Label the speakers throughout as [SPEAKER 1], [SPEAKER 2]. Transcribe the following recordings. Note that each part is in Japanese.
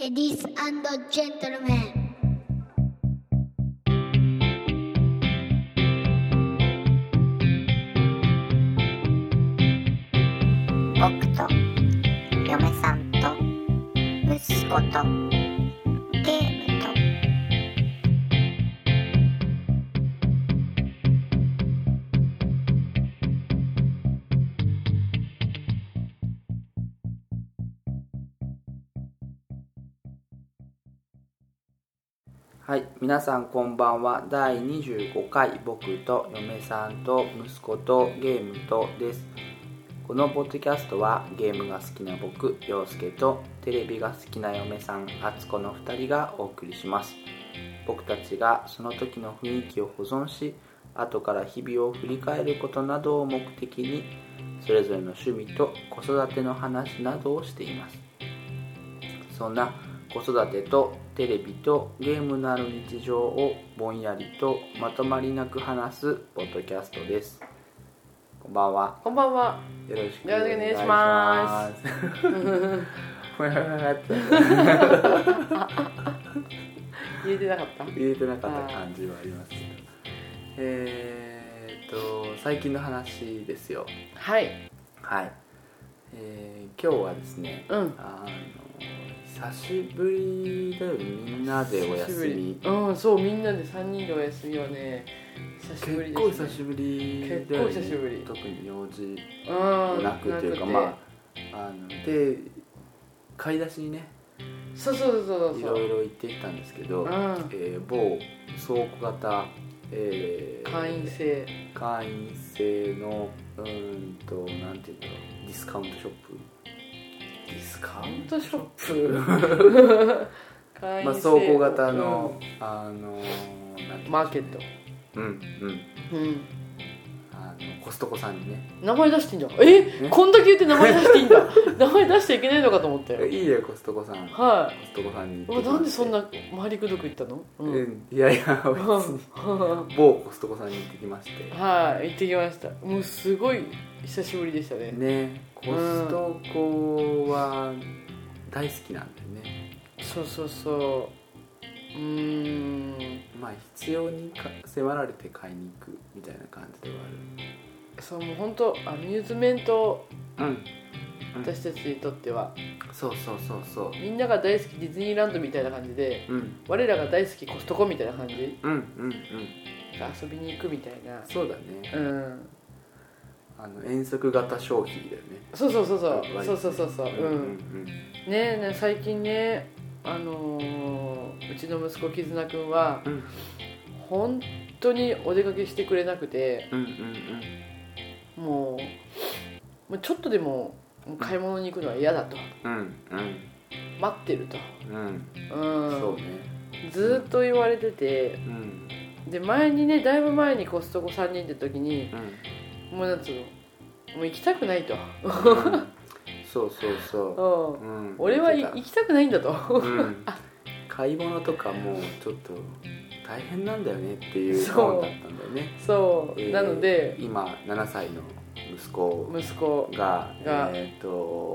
[SPEAKER 1] Ladies and gentlemen.
[SPEAKER 2] 僕と嫁さんと息子とゲームと
[SPEAKER 3] はい、皆さんこんばんは。第25回、僕と嫁さんと息子とゲームとです。このポッドキャストはゲームが好きな僕、陽介とテレビが好きな嫁さん、敦子の2人がお送りします。僕たちがその時の雰囲気を保存し、後から日々を振り返ることなどを目的に、それぞれの趣味と子育ての話などをしています。そんな子育てとテレビとゲームのある日常をぼんやりとまとまりなく話すポッドキャストです。こんばんは。
[SPEAKER 4] こんばんは。
[SPEAKER 3] よろしく。
[SPEAKER 4] よろしくお願いします
[SPEAKER 3] ふわふわって
[SPEAKER 4] 言えてなかった。
[SPEAKER 3] 言えてなかった感じはありますけど。えーっと最近の話ですよ。
[SPEAKER 4] はい。
[SPEAKER 3] はい。えー、今日はですね。
[SPEAKER 4] うん。
[SPEAKER 3] あの久しぶりだよねみんなでお休み。
[SPEAKER 4] うん、そう、みんなで三人でお休みはね。久しぶり
[SPEAKER 3] 結
[SPEAKER 4] です、ね。
[SPEAKER 3] 構久しぶりだよね
[SPEAKER 4] 結構久しぶり
[SPEAKER 3] 特に用事
[SPEAKER 4] うん。
[SPEAKER 3] なくというか、
[SPEAKER 4] なくて
[SPEAKER 3] まああので買い出しにね
[SPEAKER 4] そうそうそうそう
[SPEAKER 3] い
[SPEAKER 4] そう。
[SPEAKER 3] ろいろ行ってきたんですけど、
[SPEAKER 4] うん
[SPEAKER 3] えー某倉庫型、えー
[SPEAKER 4] 会員制。
[SPEAKER 3] 会員制のうーんとなんていうんだろうディスカウントショップディスカ
[SPEAKER 4] ア
[SPEAKER 3] ウ
[SPEAKER 4] ウ
[SPEAKER 3] ン
[SPEAKER 4] トショップ。会
[SPEAKER 3] まあ
[SPEAKER 4] 員制。
[SPEAKER 3] 倉庫型の、あのなんていうんでしょう
[SPEAKER 4] う
[SPEAKER 3] ね
[SPEAKER 4] んマーケット。
[SPEAKER 3] うんうん
[SPEAKER 4] うん。
[SPEAKER 3] あのコストコさんにね
[SPEAKER 4] 名前出していいんだ。え、
[SPEAKER 3] え
[SPEAKER 4] こんだけ言って名前出していい んだ。名前出しちゃいけないのかと思ったよ。
[SPEAKER 3] いいよコストコさんコ
[SPEAKER 4] は
[SPEAKER 3] ストコさんに
[SPEAKER 4] い。うわなんでそんな回りくどく言ったの？
[SPEAKER 3] う、
[SPEAKER 4] うんん。
[SPEAKER 3] いやいや別に
[SPEAKER 4] は
[SPEAKER 3] 某コストコさんに行ってきまして
[SPEAKER 4] い、行ってきました。もうすごい久しぶりでしたね。
[SPEAKER 3] ねコストコは大好きなんだよね
[SPEAKER 4] そうそうそううーん
[SPEAKER 3] まあ必要にか迫られて買いに行くみたいな感じでは
[SPEAKER 4] そうもう本当アミューズメント
[SPEAKER 3] あるうん
[SPEAKER 4] 私たちにとっては
[SPEAKER 3] そうそうそうそう
[SPEAKER 4] みんなが大好きディズニーランドみたいな感じで
[SPEAKER 3] うん
[SPEAKER 4] 我らが大好きコストコみたいな感じ
[SPEAKER 3] うんうんうん
[SPEAKER 4] 遊びに行くみたいな
[SPEAKER 3] そうだね
[SPEAKER 4] うん
[SPEAKER 3] あの遠足型消費だよね
[SPEAKER 4] そうそうそうそう
[SPEAKER 3] 割
[SPEAKER 4] そ
[SPEAKER 3] と
[SPEAKER 4] うそうそうそう
[SPEAKER 3] う
[SPEAKER 4] うん
[SPEAKER 3] うん
[SPEAKER 4] んねえねえ最近ねあのーうちの息子絆くんは
[SPEAKER 3] うん
[SPEAKER 4] 本当にお出かけしてくれなくて
[SPEAKER 3] うんうん
[SPEAKER 4] もうもうちょっとでももう買い物に行くのは嫌だと
[SPEAKER 3] うんうん
[SPEAKER 4] 待ってると、
[SPEAKER 3] うんうん
[SPEAKER 4] うん、
[SPEAKER 3] そうね
[SPEAKER 4] ずっと言われてて
[SPEAKER 3] うん
[SPEAKER 4] で前にねだいぶ前にコストコ3人で時に
[SPEAKER 3] うん
[SPEAKER 4] もうなんつうのもう行きたくないと、
[SPEAKER 3] うんそうそうそうう、
[SPEAKER 4] ん、
[SPEAKER 3] うん、
[SPEAKER 4] 俺はい
[SPEAKER 3] 言って
[SPEAKER 4] 行きたくないんだと、
[SPEAKER 3] たうん、買い物とかもうちょっと大変なんだよねっていう
[SPEAKER 4] そう
[SPEAKER 3] 本だったんだよね、
[SPEAKER 4] そう、
[SPEAKER 3] えー
[SPEAKER 4] なので
[SPEAKER 3] 今7歳の息子
[SPEAKER 4] 息子
[SPEAKER 3] が
[SPEAKER 4] が
[SPEAKER 3] えっ、と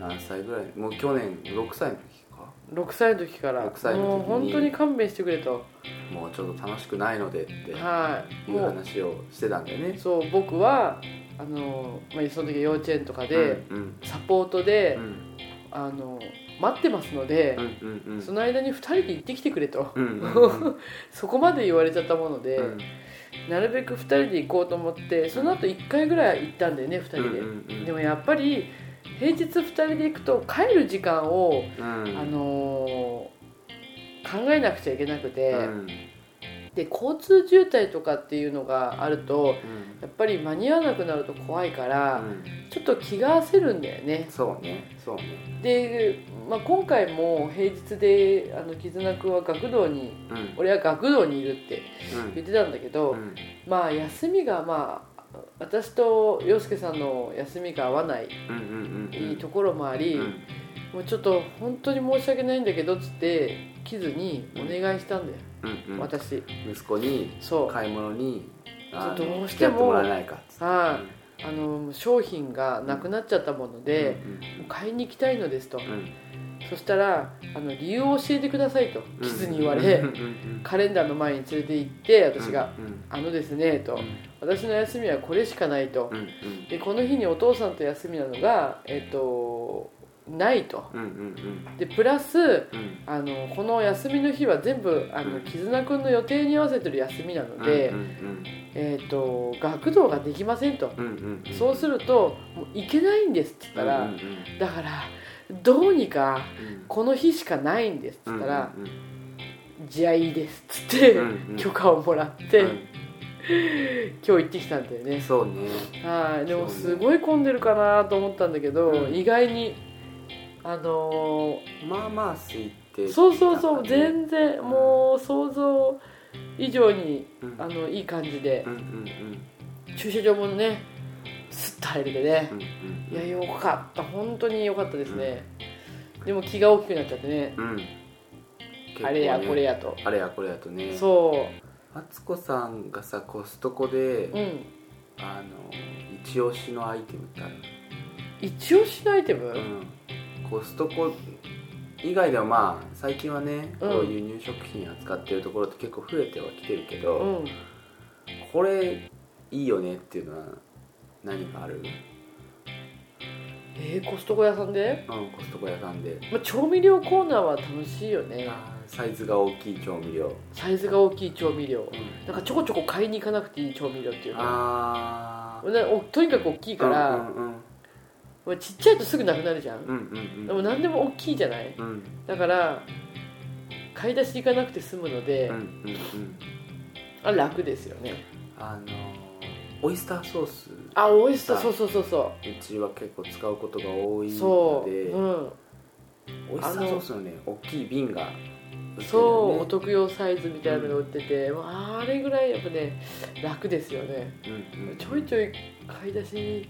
[SPEAKER 3] 何歳ぐらいもう去年6歳の時か
[SPEAKER 4] 6歳の時から
[SPEAKER 3] 6歳の時に
[SPEAKER 4] もう本当に勘弁してくれと
[SPEAKER 3] もうちょっと楽しくないのでって
[SPEAKER 4] はい
[SPEAKER 3] いう
[SPEAKER 4] もう
[SPEAKER 3] 話をしてたんだよね
[SPEAKER 4] そう僕はあの、まあ、その時幼稚園とかで、
[SPEAKER 3] うん
[SPEAKER 4] サポートで
[SPEAKER 3] う、ん
[SPEAKER 4] あの待ってますので
[SPEAKER 3] う、んうんうん
[SPEAKER 4] その間に2人で行ってきてくれと、
[SPEAKER 3] うんうんうん
[SPEAKER 4] そこまで言われちゃったもので、
[SPEAKER 3] うん
[SPEAKER 4] なるべく2人で行こうと思ってその後1回ぐらい行ったんだよね2人で、
[SPEAKER 3] うんうんうん
[SPEAKER 4] でもやっぱり平日2人で行くと帰る時間を、
[SPEAKER 3] うん
[SPEAKER 4] あのー考えなくちゃいけなくて、
[SPEAKER 3] うん
[SPEAKER 4] で交通渋滞とかっていうのがあると
[SPEAKER 3] うん
[SPEAKER 4] やっぱり間に合わなくなると怖いから、
[SPEAKER 3] うん
[SPEAKER 4] ちょっと気が焦るんだよね
[SPEAKER 3] そうねそうね
[SPEAKER 4] で、まあ、今回も平日であの絆君は学童に
[SPEAKER 3] うんうん
[SPEAKER 4] 俺は学童にいるって言ってたんだけど、
[SPEAKER 3] うん
[SPEAKER 4] まあ休みがまあ私と洋介さんの休みが合わない
[SPEAKER 3] うんうんうん
[SPEAKER 4] いいところもあり、
[SPEAKER 3] うん
[SPEAKER 4] もうちょっと本当に申し訳ないんだけどっつってキズにお願いしたんだよ、
[SPEAKER 3] うんうん
[SPEAKER 4] 私
[SPEAKER 3] 息子に
[SPEAKER 4] そう
[SPEAKER 3] 買い物にあの
[SPEAKER 4] ちょっとどうし
[SPEAKER 3] 付き
[SPEAKER 4] ても
[SPEAKER 3] 合ってもらえないかっつって
[SPEAKER 4] はいあの商品がなくなっちゃったもので、
[SPEAKER 3] うん
[SPEAKER 4] もう買いに行きたいのですと、
[SPEAKER 3] うん
[SPEAKER 4] そしたらあの理由を教えてくださいとキズに言われ、
[SPEAKER 3] うんうんうん
[SPEAKER 4] カレンダーの前に連れて行って
[SPEAKER 3] うん
[SPEAKER 4] 私が
[SPEAKER 3] うん
[SPEAKER 4] 「あのですね」と「私の休みはこれしかない」と
[SPEAKER 3] うん
[SPEAKER 4] でこの日にお父さんと休みなのがえっとないと
[SPEAKER 3] うんうんうんうん
[SPEAKER 4] でプラス
[SPEAKER 3] うん
[SPEAKER 4] あのこの休みの日は全部あの絆くんの予定に合わせてる休みなので、
[SPEAKER 3] うん
[SPEAKER 4] えっと学童ができませんと、
[SPEAKER 3] うんうんうん
[SPEAKER 4] そうするともう行けないんですって言ったら、
[SPEAKER 3] うんうんうん
[SPEAKER 4] だからどうにか
[SPEAKER 3] うん
[SPEAKER 4] この日しかないんですって言ったら、
[SPEAKER 3] うんうん
[SPEAKER 4] じゃあいいですっつって、
[SPEAKER 3] うんうん
[SPEAKER 4] 許可をもらって、
[SPEAKER 3] う
[SPEAKER 4] 今
[SPEAKER 3] ん
[SPEAKER 4] 日行ってきたんだよね
[SPEAKER 3] そうね
[SPEAKER 4] はいでも
[SPEAKER 3] そうね
[SPEAKER 4] すごい混んでるかなと思ったんだけど、
[SPEAKER 3] うん
[SPEAKER 4] 意外にあの
[SPEAKER 3] まあまあ空いて
[SPEAKER 4] ーそうそうそう
[SPEAKER 3] 全
[SPEAKER 4] 全然もう想像以上に
[SPEAKER 3] うん
[SPEAKER 4] あのいい感じで
[SPEAKER 3] う、んうんうん
[SPEAKER 4] 駐車場もねスッと入れてね
[SPEAKER 3] う、んうん
[SPEAKER 4] いやよかった本当によかったですね、でも気が大きくなっちゃってね
[SPEAKER 3] うん結構ね
[SPEAKER 4] あれやこれやと
[SPEAKER 3] あれやこれやとね
[SPEAKER 4] そ
[SPEAKER 3] マツコさんがさコストコで、
[SPEAKER 4] ううん
[SPEAKER 3] あの一押しのアイテムってある
[SPEAKER 4] 一押しのアイテム、
[SPEAKER 3] うん、コストコ以外ではまあ最近はね、
[SPEAKER 4] うん
[SPEAKER 3] こういう入食品扱ってるところって結構増えてはきてるけど、
[SPEAKER 4] うん、
[SPEAKER 3] これいいよねっていうのは何かある、
[SPEAKER 4] えー、コストコ屋さんで、
[SPEAKER 3] うん、コストコ屋さんで
[SPEAKER 4] まあ、調味料コーナーは楽しいよね
[SPEAKER 3] サイズが大きい調味料、
[SPEAKER 4] サイズが大きい調味料なんかちょこちょこ買いに行かなくていい調味料っていうか
[SPEAKER 3] ああ
[SPEAKER 4] なおとにかく大きいから、
[SPEAKER 3] うんうん
[SPEAKER 4] まあちっちゃいとすぐなくなるじゃん、
[SPEAKER 3] うんうん
[SPEAKER 4] でも何でも大きいじゃない
[SPEAKER 3] うんうん
[SPEAKER 4] だから買い出し行かなくて済むので、
[SPEAKER 3] うんうんうん
[SPEAKER 4] あ楽ですよね
[SPEAKER 3] あのオイスターソース
[SPEAKER 4] あ美味しそう
[SPEAKER 3] あ
[SPEAKER 4] そうそうそうそう
[SPEAKER 3] ちは結構使うことが多いうの
[SPEAKER 4] そう、
[SPEAKER 3] で
[SPEAKER 4] うん、
[SPEAKER 3] オイスターソースのね大きい瓶が売ってる
[SPEAKER 4] そう、お
[SPEAKER 3] よね
[SPEAKER 4] 得用サイズみたいなの売ってて、もうあれぐらいやっぱね楽ですよね
[SPEAKER 3] うんうん
[SPEAKER 4] ちょいちょい買い出しに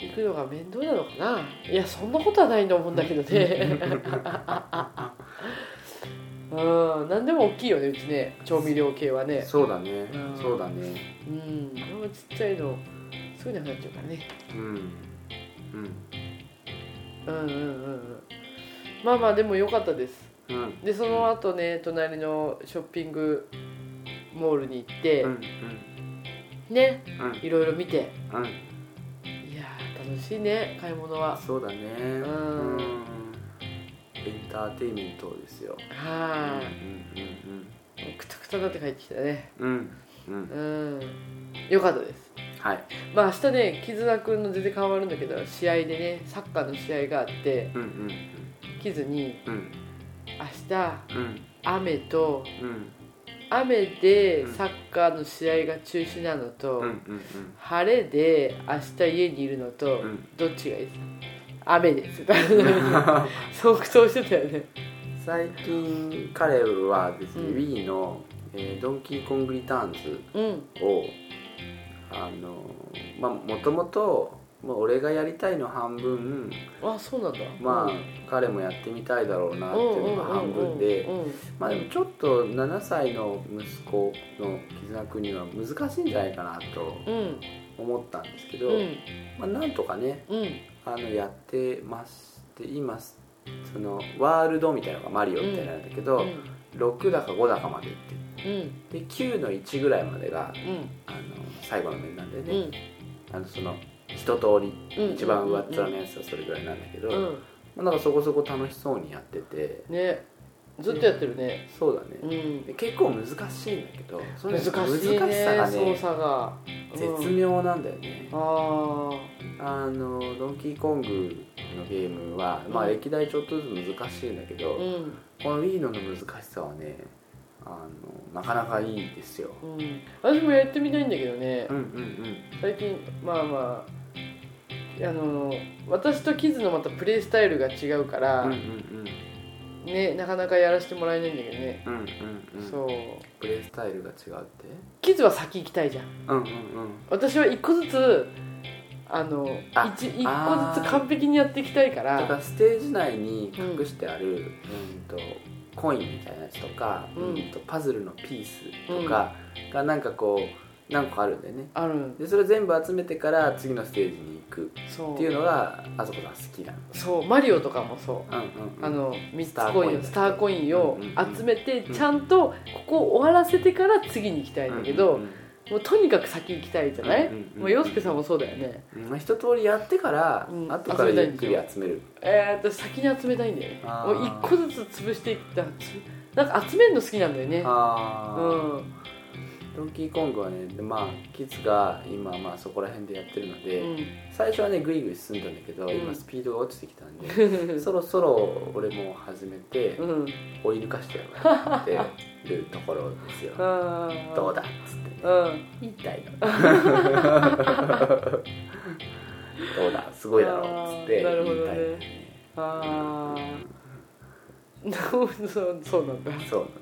[SPEAKER 4] 行くのが面倒なのかないやそんなことはないと思うんだけどねうん何でも大きいよねうちね調味料系はね
[SPEAKER 3] そうだね
[SPEAKER 4] うん
[SPEAKER 3] そうだね
[SPEAKER 4] うんでもちっちゃいのすぐなくなっちゃうからね
[SPEAKER 3] うん
[SPEAKER 4] うんうんうんうんまあまあでも良かったです
[SPEAKER 3] うんうん
[SPEAKER 4] でその後ね隣のショッピングモールに行って、
[SPEAKER 3] うん
[SPEAKER 4] ね
[SPEAKER 3] うん
[SPEAKER 4] いろいろ見て
[SPEAKER 3] うん
[SPEAKER 4] いやー楽しいね買い物は
[SPEAKER 3] そうだねうんエンターテインメントですよ
[SPEAKER 4] は
[SPEAKER 3] う
[SPEAKER 4] ーいくたくたになって帰ってきたね
[SPEAKER 3] んうんうんうんうん
[SPEAKER 4] うんよかったです
[SPEAKER 3] はい
[SPEAKER 4] まあ明日ね絆くんの全然変わるんだけど試合でねサッカーの試合があって
[SPEAKER 3] うんうん
[SPEAKER 4] キズに
[SPEAKER 3] うんうん
[SPEAKER 4] 明日
[SPEAKER 3] うん
[SPEAKER 4] 雨と
[SPEAKER 3] うん
[SPEAKER 4] 雨でサッカーの試合が中止なのと、
[SPEAKER 3] うんうんうん
[SPEAKER 4] 晴れで明日家にいるのと、
[SPEAKER 3] うん
[SPEAKER 4] どっちがいいですか雨です って言ったそう苦闘してたよね
[SPEAKER 3] 最近彼はですね
[SPEAKER 4] うん
[SPEAKER 3] Wii のえードンキーコングリターンズ
[SPEAKER 4] うん
[SPEAKER 3] をあのまあもともとまあ俺がやりたいの半分
[SPEAKER 4] あそうなんだ
[SPEAKER 3] まあ、
[SPEAKER 4] うん
[SPEAKER 3] 彼もやってみたいだろうなっていうのが半分で
[SPEAKER 4] うんうんうんうん
[SPEAKER 3] まあでもちょっと7歳の息子の絆君には難しいんじゃないかなと
[SPEAKER 4] うん
[SPEAKER 3] 思ったんですけど、
[SPEAKER 4] うん
[SPEAKER 3] まあ、なんとかね
[SPEAKER 4] うん
[SPEAKER 3] あのやってますって言いますそのワールドみたいなのがマリオみたいなんだけど、6だか5だかまで行
[SPEAKER 4] うん
[SPEAKER 3] ってで9の1ぐらいまでが
[SPEAKER 4] うん
[SPEAKER 3] あの最後の面なんだよ
[SPEAKER 4] う
[SPEAKER 3] ね、
[SPEAKER 4] ん
[SPEAKER 3] あのその一通り
[SPEAKER 4] うん
[SPEAKER 3] 一番上っ面のやつはそれぐらいなんだけど、
[SPEAKER 4] うん
[SPEAKER 3] まあ、なんかそこそこ楽しそうにやってて
[SPEAKER 4] ねずっとやってるね
[SPEAKER 3] そうだね
[SPEAKER 4] う、ん
[SPEAKER 3] で結構難しいんだけどその
[SPEAKER 4] 難しい
[SPEAKER 3] 難しさ
[SPEAKER 4] ね
[SPEAKER 3] が
[SPEAKER 4] 操
[SPEAKER 3] ね
[SPEAKER 4] 作がうん
[SPEAKER 3] 絶妙なんだよね、
[SPEAKER 4] あ
[SPEAKER 3] あのドンキーコングのゲームは、まあ、
[SPEAKER 4] うん
[SPEAKER 3] 歴代ちょっとずつ難しいんだけど、
[SPEAKER 4] あうん
[SPEAKER 3] この Wii のの難しさはねあのなかなかいいですよ、
[SPEAKER 4] うん私もやってみたいんだけどね
[SPEAKER 3] うん、うんうん
[SPEAKER 4] 最近まあまああの私とキズのまたプレイスタイルが違うから、
[SPEAKER 3] うんうんうん
[SPEAKER 4] ねなかなかやらせてもらえないんだけどね、
[SPEAKER 3] うんうんうん
[SPEAKER 4] そう
[SPEAKER 3] プレイスタイルが違うって
[SPEAKER 4] キズは先行きたいじゃん
[SPEAKER 3] うんうんうん
[SPEAKER 4] 私は一個ずつあの
[SPEAKER 3] あ
[SPEAKER 4] 一一
[SPEAKER 3] あ
[SPEAKER 4] 個
[SPEAKER 3] ー
[SPEAKER 4] ずつ完璧にやっていきたい
[SPEAKER 3] だ
[SPEAKER 4] か
[SPEAKER 3] かららステージ内に隠してある、うん、とコインみたいなやつとか、
[SPEAKER 4] うん
[SPEAKER 3] うんとパズルのピースとかがなんかこう何個かあるんだよね
[SPEAKER 4] ある
[SPEAKER 3] でそれ全部集めてから次のステージに行く
[SPEAKER 4] そう
[SPEAKER 3] っていうのがあそこさん好きなの
[SPEAKER 4] そうマリオとかもそう
[SPEAKER 3] うんうん、
[SPEAKER 4] あの
[SPEAKER 3] スター
[SPEAKER 4] 3
[SPEAKER 3] コ
[SPEAKER 4] つコ
[SPEAKER 3] イ
[SPEAKER 4] イ
[SPEAKER 3] ン
[SPEAKER 4] ンをスターコイン
[SPEAKER 3] う
[SPEAKER 4] を
[SPEAKER 3] んうん
[SPEAKER 4] 集めて
[SPEAKER 3] うん
[SPEAKER 4] ちゃんとここを終わらせてから次に行きたいんだけど、
[SPEAKER 3] うんうん
[SPEAKER 4] もうとにかく先行きたいじゃない、
[SPEAKER 3] うんうんうん
[SPEAKER 4] もう洋介さんもそうだよね
[SPEAKER 3] うんまあ、一通りやってから、
[SPEAKER 4] うん
[SPEAKER 3] 後から
[SPEAKER 4] 集めた
[SPEAKER 3] ゆ
[SPEAKER 4] い
[SPEAKER 3] っ
[SPEAKER 4] ん
[SPEAKER 3] く
[SPEAKER 4] で
[SPEAKER 3] り
[SPEAKER 4] しょ
[SPEAKER 3] 集める
[SPEAKER 4] えー、私先に集めたいんだよね
[SPEAKER 3] あ
[SPEAKER 4] も
[SPEAKER 3] ー
[SPEAKER 4] う一個ずつ潰していったなんか集めるの好きなんだよねう
[SPEAKER 3] ああ、
[SPEAKER 4] ん
[SPEAKER 3] ドンキーコングはねでまあキッズが今まあそこら辺でやってるので、
[SPEAKER 4] う
[SPEAKER 3] 最初はねグイグイ進んだんだけど、
[SPEAKER 4] うん
[SPEAKER 3] 今スピードが落ちてきたん で
[SPEAKER 4] ん
[SPEAKER 3] そろそろ俺も始めて
[SPEAKER 4] うん
[SPEAKER 3] 追い抜かしてやろうって いうところですよ
[SPEAKER 4] あ ー
[SPEAKER 3] どうだっつって
[SPEAKER 4] うん
[SPEAKER 3] 言いたいのどうだすごいだろうっつって
[SPEAKER 4] あーなるほ
[SPEAKER 3] 言い
[SPEAKER 4] ど
[SPEAKER 3] たい、
[SPEAKER 4] ねああ そうそうなんだ
[SPEAKER 3] そうこ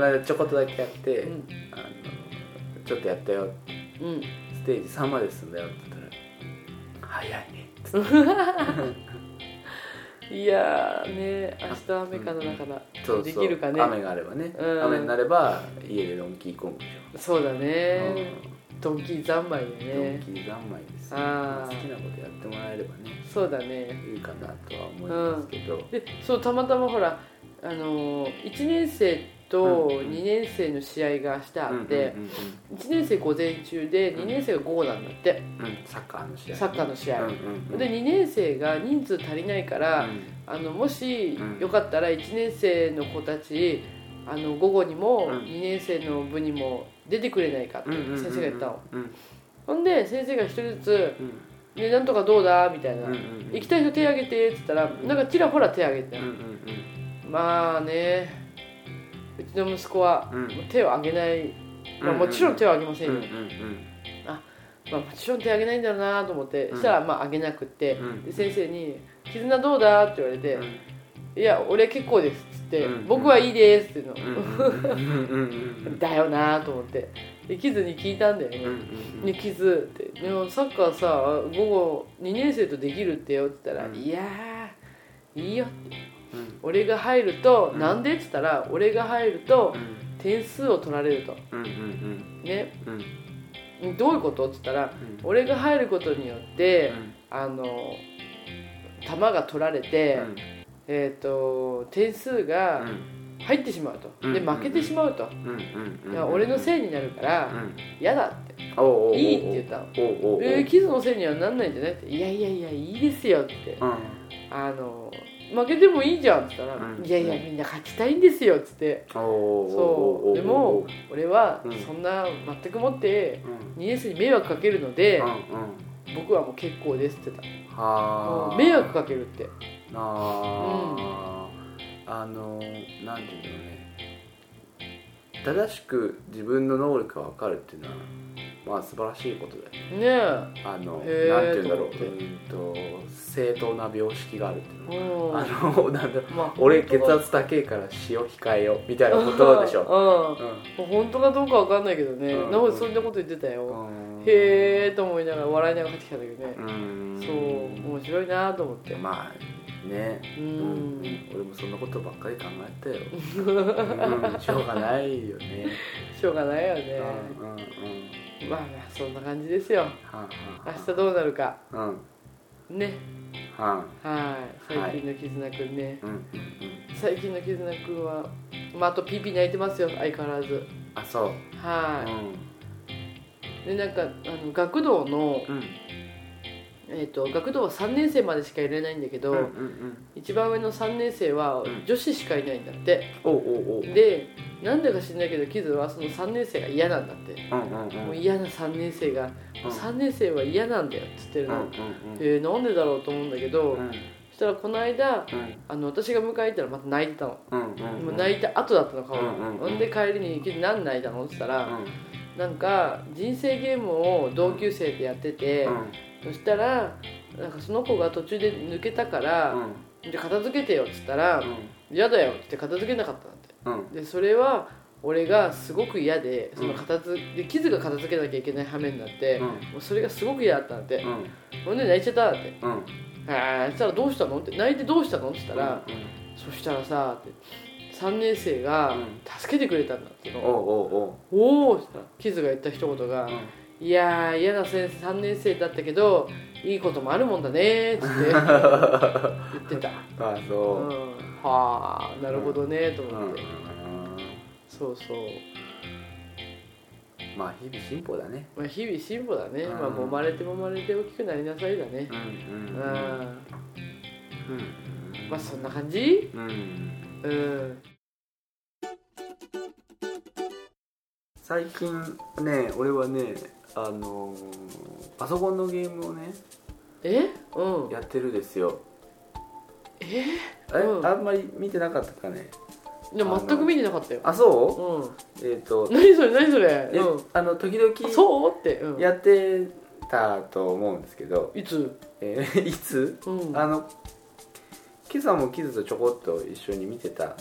[SPEAKER 3] の間ちょこっとだけやって、
[SPEAKER 4] うん
[SPEAKER 3] あのちょっとやったよ
[SPEAKER 4] うん
[SPEAKER 3] ステージ3まで進んだよって言ったら「早いね」っつって
[SPEAKER 4] いやーね明日雨かなだから、
[SPEAKER 3] そう
[SPEAKER 4] で
[SPEAKER 3] そう
[SPEAKER 4] きるかね
[SPEAKER 3] 雨があればね、
[SPEAKER 4] うん
[SPEAKER 3] 雨になれば家でドンキーコングでし
[SPEAKER 4] そうだ
[SPEAKER 3] ょ、
[SPEAKER 4] ね、ドンキー三昧だ
[SPEAKER 3] うんドン
[SPEAKER 4] ね
[SPEAKER 3] キー三昧ですよ
[SPEAKER 4] あー
[SPEAKER 3] 好きなことやってもらえればね
[SPEAKER 4] そうだね
[SPEAKER 3] いいかなとは思いますけど、
[SPEAKER 4] でそうたまたまほらあのー、1年生と
[SPEAKER 3] うんうん
[SPEAKER 4] 2年生の試合が明日あって、
[SPEAKER 3] うんうん
[SPEAKER 4] 1年生午前中で
[SPEAKER 3] うん
[SPEAKER 4] 2年生が午後なんだって、
[SPEAKER 3] うんうんサッカーの試合
[SPEAKER 4] サッカーの試合、
[SPEAKER 3] うんうんうん
[SPEAKER 4] で2年生が人数足りないから、あのもし
[SPEAKER 3] うん
[SPEAKER 4] よかったら1年生の子たちあの午後にも
[SPEAKER 3] うん
[SPEAKER 4] 2年生の部にも出てくれないかって
[SPEAKER 3] うんうんうんうん
[SPEAKER 4] 先生が言ったの、
[SPEAKER 3] うん
[SPEAKER 4] ほんで先生が1人ずつ
[SPEAKER 3] うん
[SPEAKER 4] 「ねなんとかどうだ?」みたいな、
[SPEAKER 3] うんうんうん
[SPEAKER 4] 行きたい人手挙げて」っつったらなんかちらほら手挙げて
[SPEAKER 3] う
[SPEAKER 4] た
[SPEAKER 3] んう
[SPEAKER 4] の、
[SPEAKER 3] んうん
[SPEAKER 4] まあねうちの息子は
[SPEAKER 3] うん
[SPEAKER 4] 手を挙げない、まあ、
[SPEAKER 3] うん
[SPEAKER 4] もちろん手は挙げません
[SPEAKER 3] う
[SPEAKER 4] よ、
[SPEAKER 3] んうん
[SPEAKER 4] まあ、もちろん手挙げないんだろうなと思って、そしたらまあ挙げなくって、
[SPEAKER 3] うん
[SPEAKER 4] で先生に「絆どうだ?」って言われて「
[SPEAKER 3] うん
[SPEAKER 4] いや俺結構です」っつって「
[SPEAKER 3] うん
[SPEAKER 4] 僕はいいです」って言う
[SPEAKER 3] うん
[SPEAKER 4] の、
[SPEAKER 3] うんうんうん
[SPEAKER 4] だよなと思ってでキズに聞いたんだよね、
[SPEAKER 3] うんうんうん
[SPEAKER 4] ね、キズって「でもサッカーさ午後2年生とできるってよ」って言ったら「
[SPEAKER 3] うん
[SPEAKER 4] いやーいいよ」
[SPEAKER 3] うん
[SPEAKER 4] 俺が入ると「
[SPEAKER 3] うん
[SPEAKER 4] なんで?」って言ったら「俺が入ると
[SPEAKER 3] うん
[SPEAKER 4] 点数を取られると」
[SPEAKER 3] うんうん
[SPEAKER 4] ね
[SPEAKER 3] うんうん
[SPEAKER 4] どういうことって言った
[SPEAKER 3] う
[SPEAKER 4] ら
[SPEAKER 3] ん
[SPEAKER 4] 俺が入ることによって、あの球が取られて、
[SPEAKER 3] うん
[SPEAKER 4] えー、と点数が入ってしまうと、
[SPEAKER 3] うん
[SPEAKER 4] で
[SPEAKER 3] うん
[SPEAKER 4] 負けてしまう
[SPEAKER 3] う
[SPEAKER 4] と、
[SPEAKER 3] んうんうん
[SPEAKER 4] いや俺の
[SPEAKER 3] い
[SPEAKER 4] せいになるから嫌、だって
[SPEAKER 3] おうおうおう
[SPEAKER 4] いいって言ったの
[SPEAKER 3] おうおうおう
[SPEAKER 4] 「えー、キズのせいにはなんないんじゃない?」って「いやいやいやいいですよ」って
[SPEAKER 3] うん
[SPEAKER 4] 「あの負けてもいいじゃん」って言ったら「
[SPEAKER 3] うん
[SPEAKER 4] いやいやみんな勝ちたいんですよ」っつって
[SPEAKER 3] おうおうおう
[SPEAKER 4] そ
[SPEAKER 3] おうおう
[SPEAKER 4] うでも俺は
[SPEAKER 3] うん
[SPEAKER 4] そんな全くもって
[SPEAKER 3] うん
[SPEAKER 4] 2年生に迷惑かけるので
[SPEAKER 3] うんうん
[SPEAKER 4] 僕はもう結構ですって言ってた
[SPEAKER 3] は
[SPEAKER 4] も
[SPEAKER 3] あ
[SPEAKER 4] う迷惑かけるって
[SPEAKER 3] あーあのなんていうんだろうね正しく自分の能力が分かるっていうのはまあ素晴らしいことだよね
[SPEAKER 4] ねえ
[SPEAKER 3] あのなんて
[SPEAKER 4] へー
[SPEAKER 3] いうんだろうう
[SPEAKER 4] と思って
[SPEAKER 3] ーんと正当な病識があるっていうの
[SPEAKER 4] うん
[SPEAKER 3] あのなんだろう
[SPEAKER 4] まあ
[SPEAKER 3] 俺血圧高いから塩控えよみたいなことでしょ
[SPEAKER 4] ょ
[SPEAKER 3] うん
[SPEAKER 4] うん本当かどうかわかんないけどね、
[SPEAKER 3] うん
[SPEAKER 4] なんかそんなこと言ってたよ、
[SPEAKER 3] うん
[SPEAKER 4] へえと思いながら笑いながら帰ってきたんだけどね
[SPEAKER 3] う、ん
[SPEAKER 4] そう面白いなと思って
[SPEAKER 3] まあね
[SPEAKER 4] う
[SPEAKER 3] うん
[SPEAKER 4] ん、
[SPEAKER 3] 俺もそんなことばっかり考えたよ、うん、しょうがないよね、
[SPEAKER 4] しょうがないよね、
[SPEAKER 3] うんうんうん
[SPEAKER 4] まあまあそんな感じですよ
[SPEAKER 3] はん
[SPEAKER 4] 明日どうなるか
[SPEAKER 3] はんうん
[SPEAKER 4] ね
[SPEAKER 3] はん
[SPEAKER 4] はい
[SPEAKER 3] はい
[SPEAKER 4] 最近の絆くんね、
[SPEAKER 3] うんうんうん
[SPEAKER 4] 最近の絆くんはまああとピーピー泣いてますよ相変わらず
[SPEAKER 3] あそう
[SPEAKER 4] は
[SPEAKER 3] う
[SPEAKER 4] い、
[SPEAKER 3] ん
[SPEAKER 4] でなんかあの学童の、
[SPEAKER 3] うん
[SPEAKER 4] えー、と学童は3年生までしか入れないんだけど、
[SPEAKER 3] うんうんうん
[SPEAKER 4] 一番上の3年生は
[SPEAKER 3] ん
[SPEAKER 4] 女子しかいないんだって、
[SPEAKER 3] おうおうおう
[SPEAKER 4] でなんでか知んないけどキズはその3年生が嫌なんだって、
[SPEAKER 3] うんうんうん
[SPEAKER 4] もう嫌な3年生が、
[SPEAKER 3] うん
[SPEAKER 4] 3年生は嫌なんだよっつって
[SPEAKER 3] う
[SPEAKER 4] る
[SPEAKER 3] んう
[SPEAKER 4] の、
[SPEAKER 3] ん
[SPEAKER 4] えーなんでだろうと思うんだけど、
[SPEAKER 3] うん
[SPEAKER 4] そしたらこの
[SPEAKER 3] う
[SPEAKER 4] 間
[SPEAKER 3] ん
[SPEAKER 4] あの私が迎えに行ったらまた泣いてたの、
[SPEAKER 3] うんうんうん
[SPEAKER 4] もう泣いた後だったの顔が、
[SPEAKER 3] うんうんうん
[SPEAKER 4] ほんで帰りに「キズ何泣いたの?」って言った
[SPEAKER 3] う
[SPEAKER 4] ら、
[SPEAKER 3] ん
[SPEAKER 4] なんか人生ゲームを同級生でやってて、
[SPEAKER 3] うん
[SPEAKER 4] そしたらなんかその子が途中で抜けたか
[SPEAKER 3] う
[SPEAKER 4] ら
[SPEAKER 3] ん
[SPEAKER 4] 「じゃあ片付けてよ」っつったら「
[SPEAKER 3] うん
[SPEAKER 4] 嫌だよ」って片付けなかったんだって
[SPEAKER 3] うん
[SPEAKER 4] でそれは俺がすごく嫌でその片づで傷が片付けなきゃいけない羽目になって、
[SPEAKER 3] うん
[SPEAKER 4] もうそれがすごく嫌だったんだって、
[SPEAKER 3] うん
[SPEAKER 4] ほんで泣いちゃったんだって
[SPEAKER 3] うんうん
[SPEAKER 4] 「ああ」そしたら「どうしたの?」って「泣いてどうしたの?」って言ったら「
[SPEAKER 3] うん
[SPEAKER 4] そしたらさ」って「 3年生が
[SPEAKER 3] うん
[SPEAKER 4] 助けてくれたんだっていう
[SPEAKER 3] おう
[SPEAKER 4] の、
[SPEAKER 3] お
[SPEAKER 4] おおって言ったらキズが言った一言が
[SPEAKER 3] うおう、
[SPEAKER 4] 「いやー嫌な先生3年生だったけどいいこともあるもんだね」っ つって言ってた、
[SPEAKER 3] ああ
[SPEAKER 4] う
[SPEAKER 3] そ
[SPEAKER 4] ん、はあなるほどねと
[SPEAKER 3] う、う
[SPEAKER 4] 思
[SPEAKER 3] ん
[SPEAKER 4] って、そうそう、
[SPEAKER 3] まあ日々進歩だね
[SPEAKER 4] まあ、日々進歩だね、
[SPEAKER 3] うん
[SPEAKER 4] まあ、揉まれて揉まれて大きくなりなさいだね
[SPEAKER 3] うん
[SPEAKER 4] う、
[SPEAKER 3] うんんうん
[SPEAKER 4] まあそんな感じ
[SPEAKER 3] うん
[SPEAKER 4] うん
[SPEAKER 3] 最近ね俺はねあのーパソコンのゲームをね
[SPEAKER 4] えうん
[SPEAKER 3] やってるですよ
[SPEAKER 4] え
[SPEAKER 3] え、
[SPEAKER 4] うん
[SPEAKER 3] あんまり見てなかったかね
[SPEAKER 4] でも全く見てなかったよ
[SPEAKER 3] あそう
[SPEAKER 4] う
[SPEAKER 3] えっ、と
[SPEAKER 4] ん何それ何それ
[SPEAKER 3] え
[SPEAKER 4] うん
[SPEAKER 3] あの時
[SPEAKER 4] あ
[SPEAKER 3] 々
[SPEAKER 4] そうって、うん、
[SPEAKER 3] やってたと思うんですけど、
[SPEAKER 4] いつ
[SPEAKER 3] えー いつ
[SPEAKER 4] うん
[SPEAKER 3] あの今朝もキズとちょこっと一緒に見てたん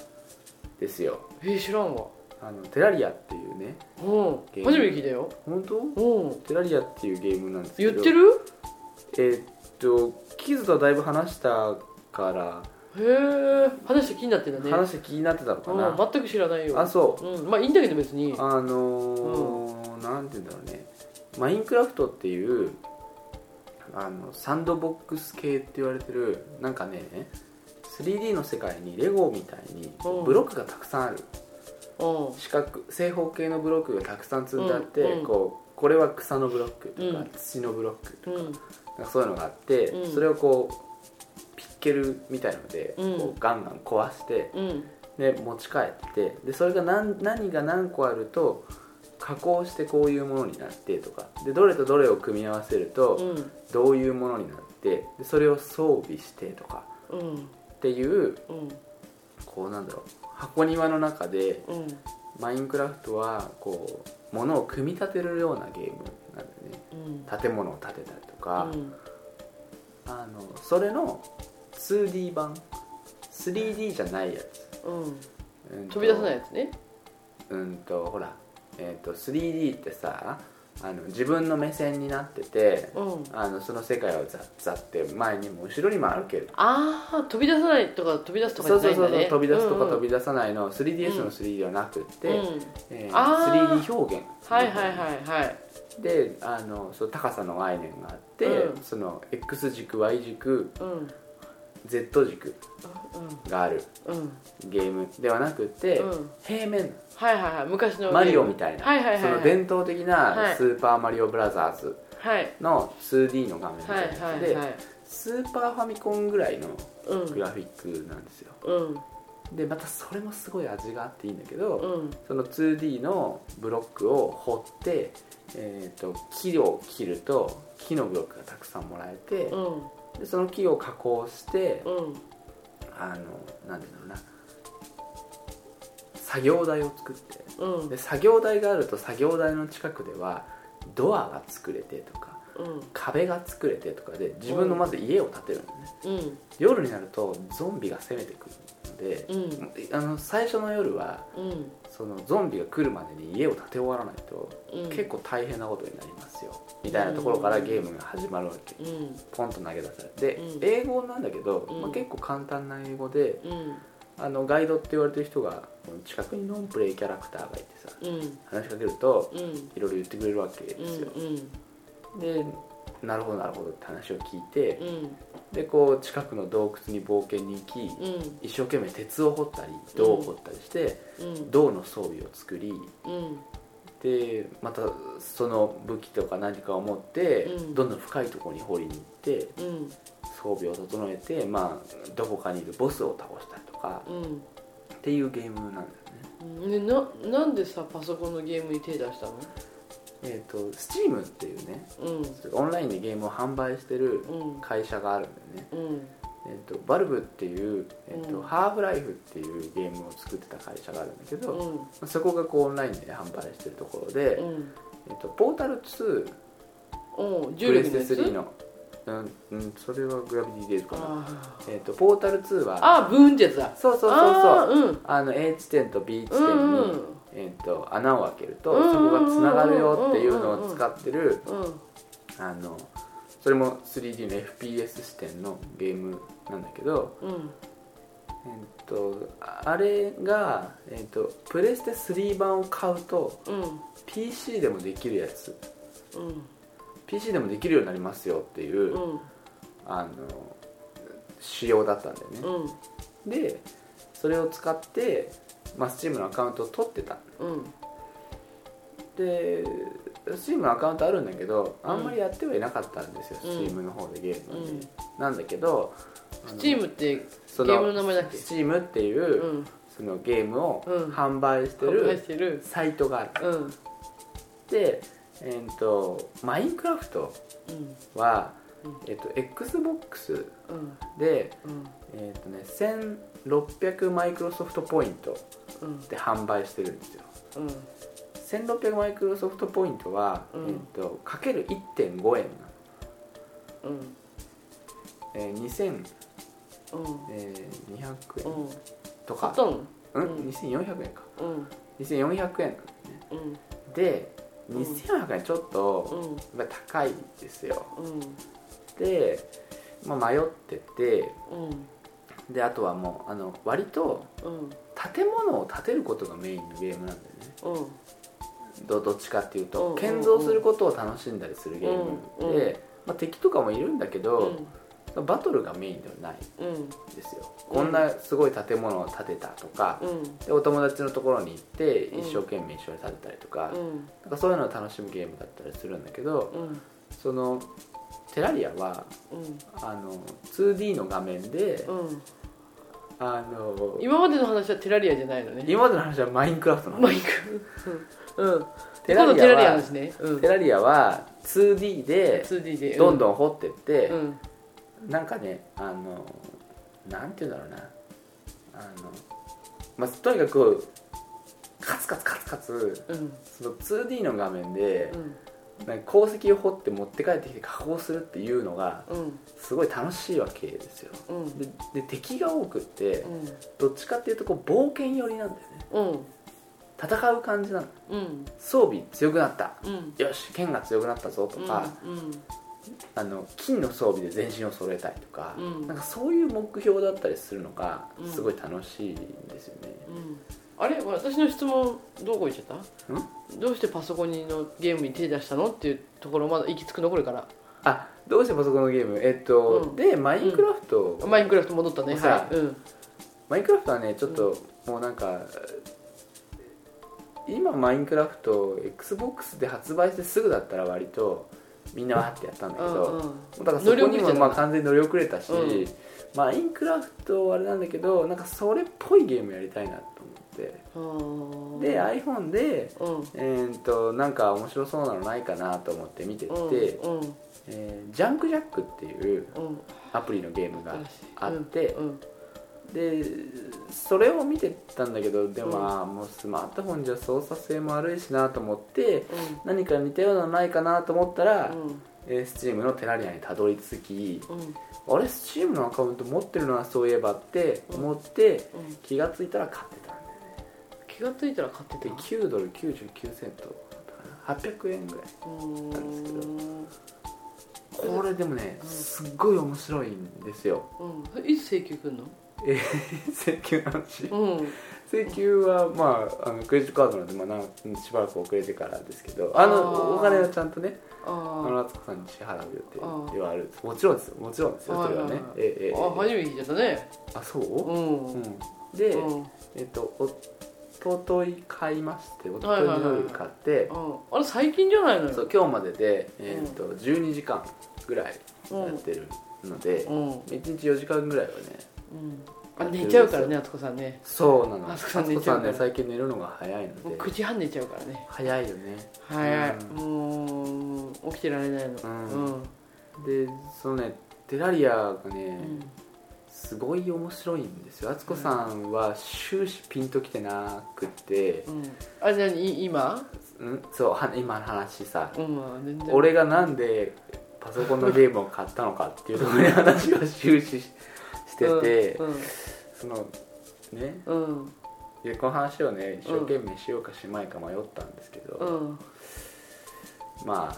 [SPEAKER 3] ですよ
[SPEAKER 4] えー、知らんわ
[SPEAKER 3] あのテラリアっていうね
[SPEAKER 4] う
[SPEAKER 3] ゲ
[SPEAKER 4] ん
[SPEAKER 3] ーム
[SPEAKER 4] 初めて聞いたよ
[SPEAKER 3] 本当
[SPEAKER 4] うん
[SPEAKER 3] テラリアっていうゲームなんですけ
[SPEAKER 4] 言
[SPEAKER 3] ど
[SPEAKER 4] ってる
[SPEAKER 3] えーっとキズとはだいぶ話したから
[SPEAKER 4] へえ話して気になってんだね
[SPEAKER 3] 話気になってたのかな、
[SPEAKER 4] うん、全く知らないよ、
[SPEAKER 3] あそう
[SPEAKER 4] ん、まあいいんだけど別に
[SPEAKER 3] うあのーなんて言うんだろうねマインクラフトっていうあのサンドボックス系って言われてるなんかね 3D の世界にレゴみたいに
[SPEAKER 4] うん
[SPEAKER 3] ブロックがたくさんある
[SPEAKER 4] うん
[SPEAKER 3] 四角正方形のブロックがたくさん積んであって、
[SPEAKER 4] うんうん
[SPEAKER 3] こうこれは草のブロックとか、
[SPEAKER 4] うん
[SPEAKER 3] 土のブロックと
[SPEAKER 4] う
[SPEAKER 3] か,、
[SPEAKER 4] ん
[SPEAKER 3] なんかそういうのがあって、
[SPEAKER 4] うん
[SPEAKER 3] それをこうピッケルみたいので、
[SPEAKER 4] うん
[SPEAKER 3] こうガンガン壊して
[SPEAKER 4] うん
[SPEAKER 3] で持ち帰ってでそれが何何が何個あると加工してこういうものになってとかでどれとどれを組み合わせる
[SPEAKER 4] う
[SPEAKER 3] と
[SPEAKER 4] ん
[SPEAKER 3] どういうものになってでそれを装備してとか
[SPEAKER 4] うん
[SPEAKER 3] っていう
[SPEAKER 4] うん
[SPEAKER 3] こうなんだろう箱庭の中で
[SPEAKER 4] うん
[SPEAKER 3] マインクラフトはこう物を組み立てるようなゲームなんだよ
[SPEAKER 4] うん
[SPEAKER 3] ね建物を建てたりとか
[SPEAKER 4] う、ん
[SPEAKER 3] あのそれの 2D 版 3D じゃないやつ、
[SPEAKER 4] うん
[SPEAKER 3] うんと
[SPEAKER 4] 飛び出さないやつね
[SPEAKER 3] うんとほら、えー、と 3D ってさあの自分の目線になってて
[SPEAKER 4] うん
[SPEAKER 3] あのその世界をざざって前にも後ろにも歩ける
[SPEAKER 4] ああ飛び出さないとか飛び出すとかじ
[SPEAKER 3] そ
[SPEAKER 4] ゃ
[SPEAKER 3] う
[SPEAKER 4] な
[SPEAKER 3] そう
[SPEAKER 4] いん
[SPEAKER 3] そうそ
[SPEAKER 4] だ
[SPEAKER 3] う飛び
[SPEAKER 4] ね
[SPEAKER 3] 出すとか
[SPEAKER 4] うんうん
[SPEAKER 3] 飛び出さないの 3DS
[SPEAKER 4] うん
[SPEAKER 3] の 3D ではなくって、
[SPEAKER 4] うん
[SPEAKER 3] えー
[SPEAKER 4] あー
[SPEAKER 3] 3D 表現
[SPEAKER 4] はいはいはいはい
[SPEAKER 3] であのその高さの概念があって、
[SPEAKER 4] うん
[SPEAKER 3] その X 軸 Y 軸
[SPEAKER 4] うん
[SPEAKER 3] Z 軸がある
[SPEAKER 4] うんうん
[SPEAKER 3] ゲームではなくて、
[SPEAKER 4] うん
[SPEAKER 3] 平面
[SPEAKER 4] はいはいはい昔のゲーム
[SPEAKER 3] マリオみたいな、
[SPEAKER 4] はいはいはいはい
[SPEAKER 3] その伝統的
[SPEAKER 4] はい
[SPEAKER 3] なスーパーマリオブラザーズ
[SPEAKER 4] はい
[SPEAKER 3] の 2D の画面み
[SPEAKER 4] は
[SPEAKER 3] たいな
[SPEAKER 4] い
[SPEAKER 3] やつ
[SPEAKER 4] はい
[SPEAKER 3] で、
[SPEAKER 4] はい
[SPEAKER 3] スーパーファミコンぐらいの
[SPEAKER 4] うん
[SPEAKER 3] グラフィックなんですよ
[SPEAKER 4] うん
[SPEAKER 3] でまたそれもすごい味があっていいんだけど、
[SPEAKER 4] うん
[SPEAKER 3] その 2D のブロックを掘って、えー、と木を切ると木のブロックがたくさんもらえて、
[SPEAKER 4] うん
[SPEAKER 3] でその木を加工して、
[SPEAKER 4] うん
[SPEAKER 3] あのなんていうのかな作業台を作って
[SPEAKER 4] うん
[SPEAKER 3] で作業台があると作業台の近くではドアが作れてとか
[SPEAKER 4] うん
[SPEAKER 3] 壁が作れてとかで自分のまず家を建てるのね
[SPEAKER 4] うん
[SPEAKER 3] 夜になるとゾンビが攻めてくるので、
[SPEAKER 4] うん
[SPEAKER 3] あの最初の夜は
[SPEAKER 4] うん
[SPEAKER 3] そのゾンビが来るまでに家を建て終わらないと
[SPEAKER 4] うん
[SPEAKER 3] 結構大変なことになりますよみたいなところからゲームが始まるわけ
[SPEAKER 4] うん
[SPEAKER 3] ポンと投げ出されて、
[SPEAKER 4] うん
[SPEAKER 3] 英語なんだけど、
[SPEAKER 4] うん
[SPEAKER 3] まあ、結構簡単な英語で
[SPEAKER 4] うん
[SPEAKER 3] あのガイドって言われてる人が近くにノンプレイキャラクターがいてさ
[SPEAKER 4] うん
[SPEAKER 3] 話しかけると
[SPEAKER 4] うん
[SPEAKER 3] いろいろ言ってくれるわけ
[SPEAKER 4] う
[SPEAKER 3] です
[SPEAKER 4] ん
[SPEAKER 3] よ、
[SPEAKER 4] うん
[SPEAKER 3] でなるほどなるほどって話を聞いて、
[SPEAKER 4] うん
[SPEAKER 3] でこう近くの洞窟に冒険に行き、
[SPEAKER 4] うん
[SPEAKER 3] 一生懸命鉄を掘ったり銅を掘ったりして、
[SPEAKER 4] うん
[SPEAKER 3] 銅の装備を作り
[SPEAKER 4] うん
[SPEAKER 3] でまたその武器とか何かを持って、
[SPEAKER 4] うん
[SPEAKER 3] どんどん深いところに掘りに行って
[SPEAKER 4] うん
[SPEAKER 3] 装備を整えて、まあ、どこかにいるボスを倒したりとか
[SPEAKER 4] うん
[SPEAKER 3] っていうゲームなんだよね
[SPEAKER 4] ねななんでさパソコンのゲームに手出したの
[SPEAKER 3] えっ、と Steam っていうね
[SPEAKER 4] うん
[SPEAKER 3] オンラインでゲームを販売してる
[SPEAKER 4] うん
[SPEAKER 3] 会社があるんだよね
[SPEAKER 4] うん
[SPEAKER 3] えっとバルブっていう、えっと
[SPEAKER 4] うん
[SPEAKER 3] ハーフライフっていうゲームを作ってた会社があるんだけ
[SPEAKER 4] う
[SPEAKER 3] ど、ま
[SPEAKER 4] ん
[SPEAKER 3] あそこがこうオンラインで販売してるところで、
[SPEAKER 4] うん
[SPEAKER 3] えっとポータル2
[SPEAKER 4] うん重
[SPEAKER 3] プレ
[SPEAKER 4] 力
[SPEAKER 3] ス
[SPEAKER 4] のや
[SPEAKER 3] テ
[SPEAKER 4] つ
[SPEAKER 3] 3の、うんうん、それはグラビティデイズかな、
[SPEAKER 4] あー
[SPEAKER 3] えっとポータル2は
[SPEAKER 4] あーブーンってやつだ
[SPEAKER 3] そうそうそう
[SPEAKER 4] あ
[SPEAKER 3] そう
[SPEAKER 4] ーうん
[SPEAKER 3] あの A 地点と B 地点に、
[SPEAKER 4] うんうん
[SPEAKER 3] えっと穴を開けると、
[SPEAKER 4] うんうん
[SPEAKER 3] そこがつながるよっていうのを使ってる、
[SPEAKER 4] うん
[SPEAKER 3] あのそれも 3D の FPS 視点のゲームなんだけど、
[SPEAKER 4] うん
[SPEAKER 3] えっとあれが、えっとプレステ3版を買うと
[SPEAKER 4] うん
[SPEAKER 3] PC でもできるやつ
[SPEAKER 4] うん
[SPEAKER 3] PC でもできるようになりますよっていう、
[SPEAKER 4] うん
[SPEAKER 3] あの仕様だったんだよね、
[SPEAKER 4] うん
[SPEAKER 3] でそれを使って、まあ、Steam のアカウントを取ってた
[SPEAKER 4] うん
[SPEAKER 3] で Steam のアカウントあるんだけど
[SPEAKER 4] うん
[SPEAKER 3] あんまりやってはいなかったんですよ、
[SPEAKER 4] うん
[SPEAKER 3] Steam の方でゲームはね、
[SPEAKER 4] うん
[SPEAKER 3] なんだけどあの
[SPEAKER 4] チームって
[SPEAKER 3] その
[SPEAKER 4] ゲームの名前だっけ
[SPEAKER 3] Steam っていうう、
[SPEAKER 4] ん
[SPEAKER 3] そのゲームを
[SPEAKER 4] うん
[SPEAKER 3] 販売して
[SPEAKER 4] 販売
[SPEAKER 3] る
[SPEAKER 4] してる
[SPEAKER 3] サイトがある
[SPEAKER 4] うんうん
[SPEAKER 3] でえっ、とマインクラフトは、
[SPEAKER 4] うん
[SPEAKER 3] えっと XBOX
[SPEAKER 4] うん
[SPEAKER 3] で、
[SPEAKER 4] うん
[SPEAKER 3] えっとね、1600マイクロソフトポイント
[SPEAKER 4] うん
[SPEAKER 3] で販売してるんですよ
[SPEAKER 4] うん
[SPEAKER 3] 1600マイクロソフトポイントは、
[SPEAKER 4] うん
[SPEAKER 3] えっとかける1.5円なの
[SPEAKER 4] うん
[SPEAKER 3] えー、2200
[SPEAKER 4] うんう
[SPEAKER 3] 円
[SPEAKER 4] ん
[SPEAKER 3] と
[SPEAKER 4] 買
[SPEAKER 3] か
[SPEAKER 4] っ、たの
[SPEAKER 3] うん
[SPEAKER 4] うん
[SPEAKER 3] 2400円か
[SPEAKER 4] うん
[SPEAKER 3] 2400円
[SPEAKER 4] うん
[SPEAKER 3] で
[SPEAKER 4] うん
[SPEAKER 3] 2400円ちょっ
[SPEAKER 4] う
[SPEAKER 3] と、
[SPEAKER 4] ん
[SPEAKER 3] やっぱ高いですよ
[SPEAKER 4] うん
[SPEAKER 3] で、まあ、迷ってて
[SPEAKER 4] うん
[SPEAKER 3] であとはもうあの割と
[SPEAKER 4] うん
[SPEAKER 3] 建物を建てることがメインのゲームなんだよね
[SPEAKER 4] うん
[SPEAKER 3] どどっちかっていう
[SPEAKER 4] うん
[SPEAKER 3] と建造することを楽しんだりするゲームで、
[SPEAKER 4] うんうん
[SPEAKER 3] まあ、敵とかもいるんだけ
[SPEAKER 4] う
[SPEAKER 3] ど、
[SPEAKER 4] ん
[SPEAKER 3] バトルがメインではない
[SPEAKER 4] うん
[SPEAKER 3] んですよ
[SPEAKER 4] う
[SPEAKER 3] こ
[SPEAKER 4] ん
[SPEAKER 3] んなすごい建物を建てたとか、
[SPEAKER 4] うん
[SPEAKER 3] でお友達のところに行って
[SPEAKER 4] うん
[SPEAKER 3] 一生懸命一緒に建てたりとか,、
[SPEAKER 4] うん
[SPEAKER 3] なんかそういうのを楽しむゲームだったりするんだけど
[SPEAKER 4] うん
[SPEAKER 3] そのテラリアは
[SPEAKER 4] うん
[SPEAKER 3] あの 2D の画面で、
[SPEAKER 4] うん
[SPEAKER 3] あの
[SPEAKER 4] 今までの話はテラリアじゃないのね
[SPEAKER 3] 今までの話はマインクラフトなの
[SPEAKER 4] マイクうんうん
[SPEAKER 3] テ
[SPEAKER 4] 今
[SPEAKER 3] ラ
[SPEAKER 4] 度
[SPEAKER 3] リ
[SPEAKER 4] テ
[SPEAKER 3] ア
[SPEAKER 4] ラリア
[SPEAKER 3] は
[SPEAKER 4] の話ねうん
[SPEAKER 3] テラリアは 2D で
[SPEAKER 4] 2D で
[SPEAKER 3] どん
[SPEAKER 4] ん
[SPEAKER 3] どん掘ってって
[SPEAKER 4] う、ん
[SPEAKER 3] なんかねあのなんて言うんだろうなあの、まあ、とにかくカツカツカツカツ
[SPEAKER 4] うん
[SPEAKER 3] その 2D の画面で
[SPEAKER 4] う、ん
[SPEAKER 3] なんか鉱石を掘って持って帰ってきて加工するっていうのが
[SPEAKER 4] うん
[SPEAKER 3] すごい楽しいわけですよ
[SPEAKER 4] うんうん
[SPEAKER 3] でで敵が多くってどっちかっていうとこう冒険寄りなんだよね
[SPEAKER 4] うん
[SPEAKER 3] 戦う感じなの
[SPEAKER 4] うん
[SPEAKER 3] 装備強くなった
[SPEAKER 4] うん
[SPEAKER 3] よし剣が強くなったぞとか、
[SPEAKER 4] うん
[SPEAKER 3] あの金の装備で全身を揃えたいとか、
[SPEAKER 4] うん
[SPEAKER 3] なんかそういう目標だったりするのが
[SPEAKER 4] うん
[SPEAKER 3] すごい楽しいんですよね、
[SPEAKER 4] うんあれ私の質問どこ行っちゃったどうしてパソコンのゲームに手出したのっていうところまだ行き着くのこれから
[SPEAKER 3] あどうしてパソコンのゲームえっと、
[SPEAKER 4] うん
[SPEAKER 3] でマインクラフト、
[SPEAKER 4] マインクラフト戻ったね
[SPEAKER 3] さ
[SPEAKER 4] はいうん
[SPEAKER 3] マインクラフトはねちょっともうなんか、今マインクラフト XBOX で発売してすぐだったら割とみんなわーってやったんだけど、
[SPEAKER 4] う
[SPEAKER 3] だからそこ
[SPEAKER 4] 乗り
[SPEAKER 3] に
[SPEAKER 4] 遅
[SPEAKER 3] も
[SPEAKER 4] れちゃった
[SPEAKER 3] まあ完全に乗り遅れたし、
[SPEAKER 4] うん
[SPEAKER 3] マインクラフトはあれなんだけどなんかそれっぽいゲームやりたいなと思って
[SPEAKER 4] んうん
[SPEAKER 3] で iPhone で
[SPEAKER 4] うん
[SPEAKER 3] えー、となんか面白そうなのないかなと思って見てて、
[SPEAKER 4] うんうん
[SPEAKER 3] えージャンクジャックっていう
[SPEAKER 4] うん
[SPEAKER 3] アプリのゲームがあって
[SPEAKER 4] う、ん
[SPEAKER 3] でそれを見てたんだけどでも,、まあもうスマートフォンじゃ操作性も悪いしなと思って何か似たようなのないかなと思ったら、えー、Steam のテラリアにたどり着き
[SPEAKER 4] うんうん
[SPEAKER 3] あれ Steam のアカウント持ってるなそういえばって思って
[SPEAKER 4] うん
[SPEAKER 3] 気がついたら買ってたんだよね
[SPEAKER 4] 気がついたら買って
[SPEAKER 3] で
[SPEAKER 4] た
[SPEAKER 3] 9ドル99セントだったかな800円ぐらい
[SPEAKER 4] うん
[SPEAKER 3] ですけど
[SPEAKER 4] うん
[SPEAKER 3] これでもね、
[SPEAKER 4] うん
[SPEAKER 3] すっごい面白いんですよ
[SPEAKER 4] それいつ請求くんの
[SPEAKER 3] 請求の話
[SPEAKER 4] うん
[SPEAKER 3] 請求は、まあ、あのクレジットカードなんで、まあ、なんしばらく遅れてからですけどあの
[SPEAKER 4] あー
[SPEAKER 3] お金はちゃんとねあの
[SPEAKER 4] あ
[SPEAKER 3] 敦子さんに支払う予
[SPEAKER 4] あー
[SPEAKER 3] 定ではあるもちろんですよもちろんですよそれは
[SPEAKER 4] は
[SPEAKER 3] ね
[SPEAKER 4] いはいはい
[SPEAKER 3] ええええ
[SPEAKER 4] ーあ初めて聞いちゃったね
[SPEAKER 3] あそうう、
[SPEAKER 4] ん
[SPEAKER 3] う
[SPEAKER 4] うんん
[SPEAKER 3] で、
[SPEAKER 4] うん
[SPEAKER 3] えっとおととい買いましておと
[SPEAKER 4] はい
[SPEAKER 3] とい
[SPEAKER 4] はいはい
[SPEAKER 3] の夜買って、
[SPEAKER 4] あれ最近じゃないの
[SPEAKER 3] そう
[SPEAKER 4] よ
[SPEAKER 3] 今日までで、えっと12時間ぐらいやってるので、
[SPEAKER 4] うん
[SPEAKER 3] 一1日4時間ぐらいはね
[SPEAKER 4] うんあ寝ちゃうからねあつこさんね
[SPEAKER 3] そうなの。
[SPEAKER 4] あ
[SPEAKER 3] あ
[SPEAKER 4] そ
[SPEAKER 3] そこ
[SPEAKER 4] こさ
[SPEAKER 3] さ
[SPEAKER 4] ん寝ちゃうんから
[SPEAKER 3] ね最近寝るのが早いの
[SPEAKER 4] もう
[SPEAKER 3] で
[SPEAKER 4] 9時半寝ちゃうからね
[SPEAKER 3] 早いよね。
[SPEAKER 4] 早い
[SPEAKER 3] うん
[SPEAKER 4] もう起きてられないの
[SPEAKER 3] うん
[SPEAKER 4] うん
[SPEAKER 3] でそのねテラリアが
[SPEAKER 4] う
[SPEAKER 3] ね、
[SPEAKER 4] ん
[SPEAKER 3] すごい面白いんですよ。あつこさんは終始ピンときてなくて
[SPEAKER 4] う、んあれ何い今
[SPEAKER 3] うん、そうは今の話さ、
[SPEAKER 4] うん全然
[SPEAKER 3] 俺がなんでパソコンのゲームを買ったのかっていうところに話が終始ししてて、
[SPEAKER 4] うん
[SPEAKER 3] そのね。
[SPEAKER 4] うん
[SPEAKER 3] でこの話をね一生懸命しようかしまいか迷ったんですけど、
[SPEAKER 4] うん
[SPEAKER 3] まあ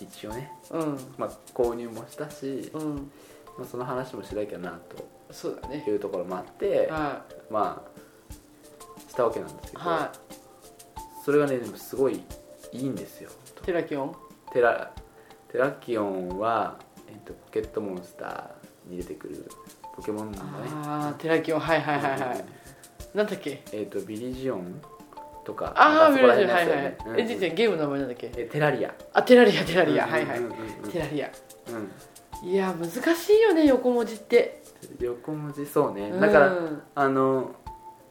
[SPEAKER 3] 一応ね、
[SPEAKER 4] うん
[SPEAKER 3] まあ、購入もしたし、
[SPEAKER 4] うん
[SPEAKER 3] まあ、その話もしなきゃなと
[SPEAKER 4] そうだね
[SPEAKER 3] いうところもあって、
[SPEAKER 4] は
[SPEAKER 3] まあしたわけなんです
[SPEAKER 4] い
[SPEAKER 3] けど、
[SPEAKER 4] は
[SPEAKER 3] それがねでもすごいいいんですよ
[SPEAKER 4] いテラキオン
[SPEAKER 3] テラテラキオンは、えっと、ポケットモンスターに出てくるポケモンなんだね
[SPEAKER 4] ああテラキオンはいはいはいはいなんだっけ
[SPEAKER 3] えっとビリジオンとか
[SPEAKER 4] あ
[SPEAKER 3] な
[SPEAKER 4] あ
[SPEAKER 3] ん
[SPEAKER 4] 見
[SPEAKER 3] かそこ
[SPEAKER 4] ら
[SPEAKER 3] ら辺
[SPEAKER 4] れる
[SPEAKER 3] の
[SPEAKER 4] は
[SPEAKER 3] やつだよねう
[SPEAKER 4] いはい
[SPEAKER 3] ん
[SPEAKER 4] えじいちゃんゲームの名前なんだっけ
[SPEAKER 3] えテラリア
[SPEAKER 4] あテラリアテラリア
[SPEAKER 3] うん
[SPEAKER 4] はいはい
[SPEAKER 3] うんうんうん
[SPEAKER 4] テラリア
[SPEAKER 3] うん
[SPEAKER 4] いや難しいよね横文字って
[SPEAKER 3] 横文字そうねだから、あの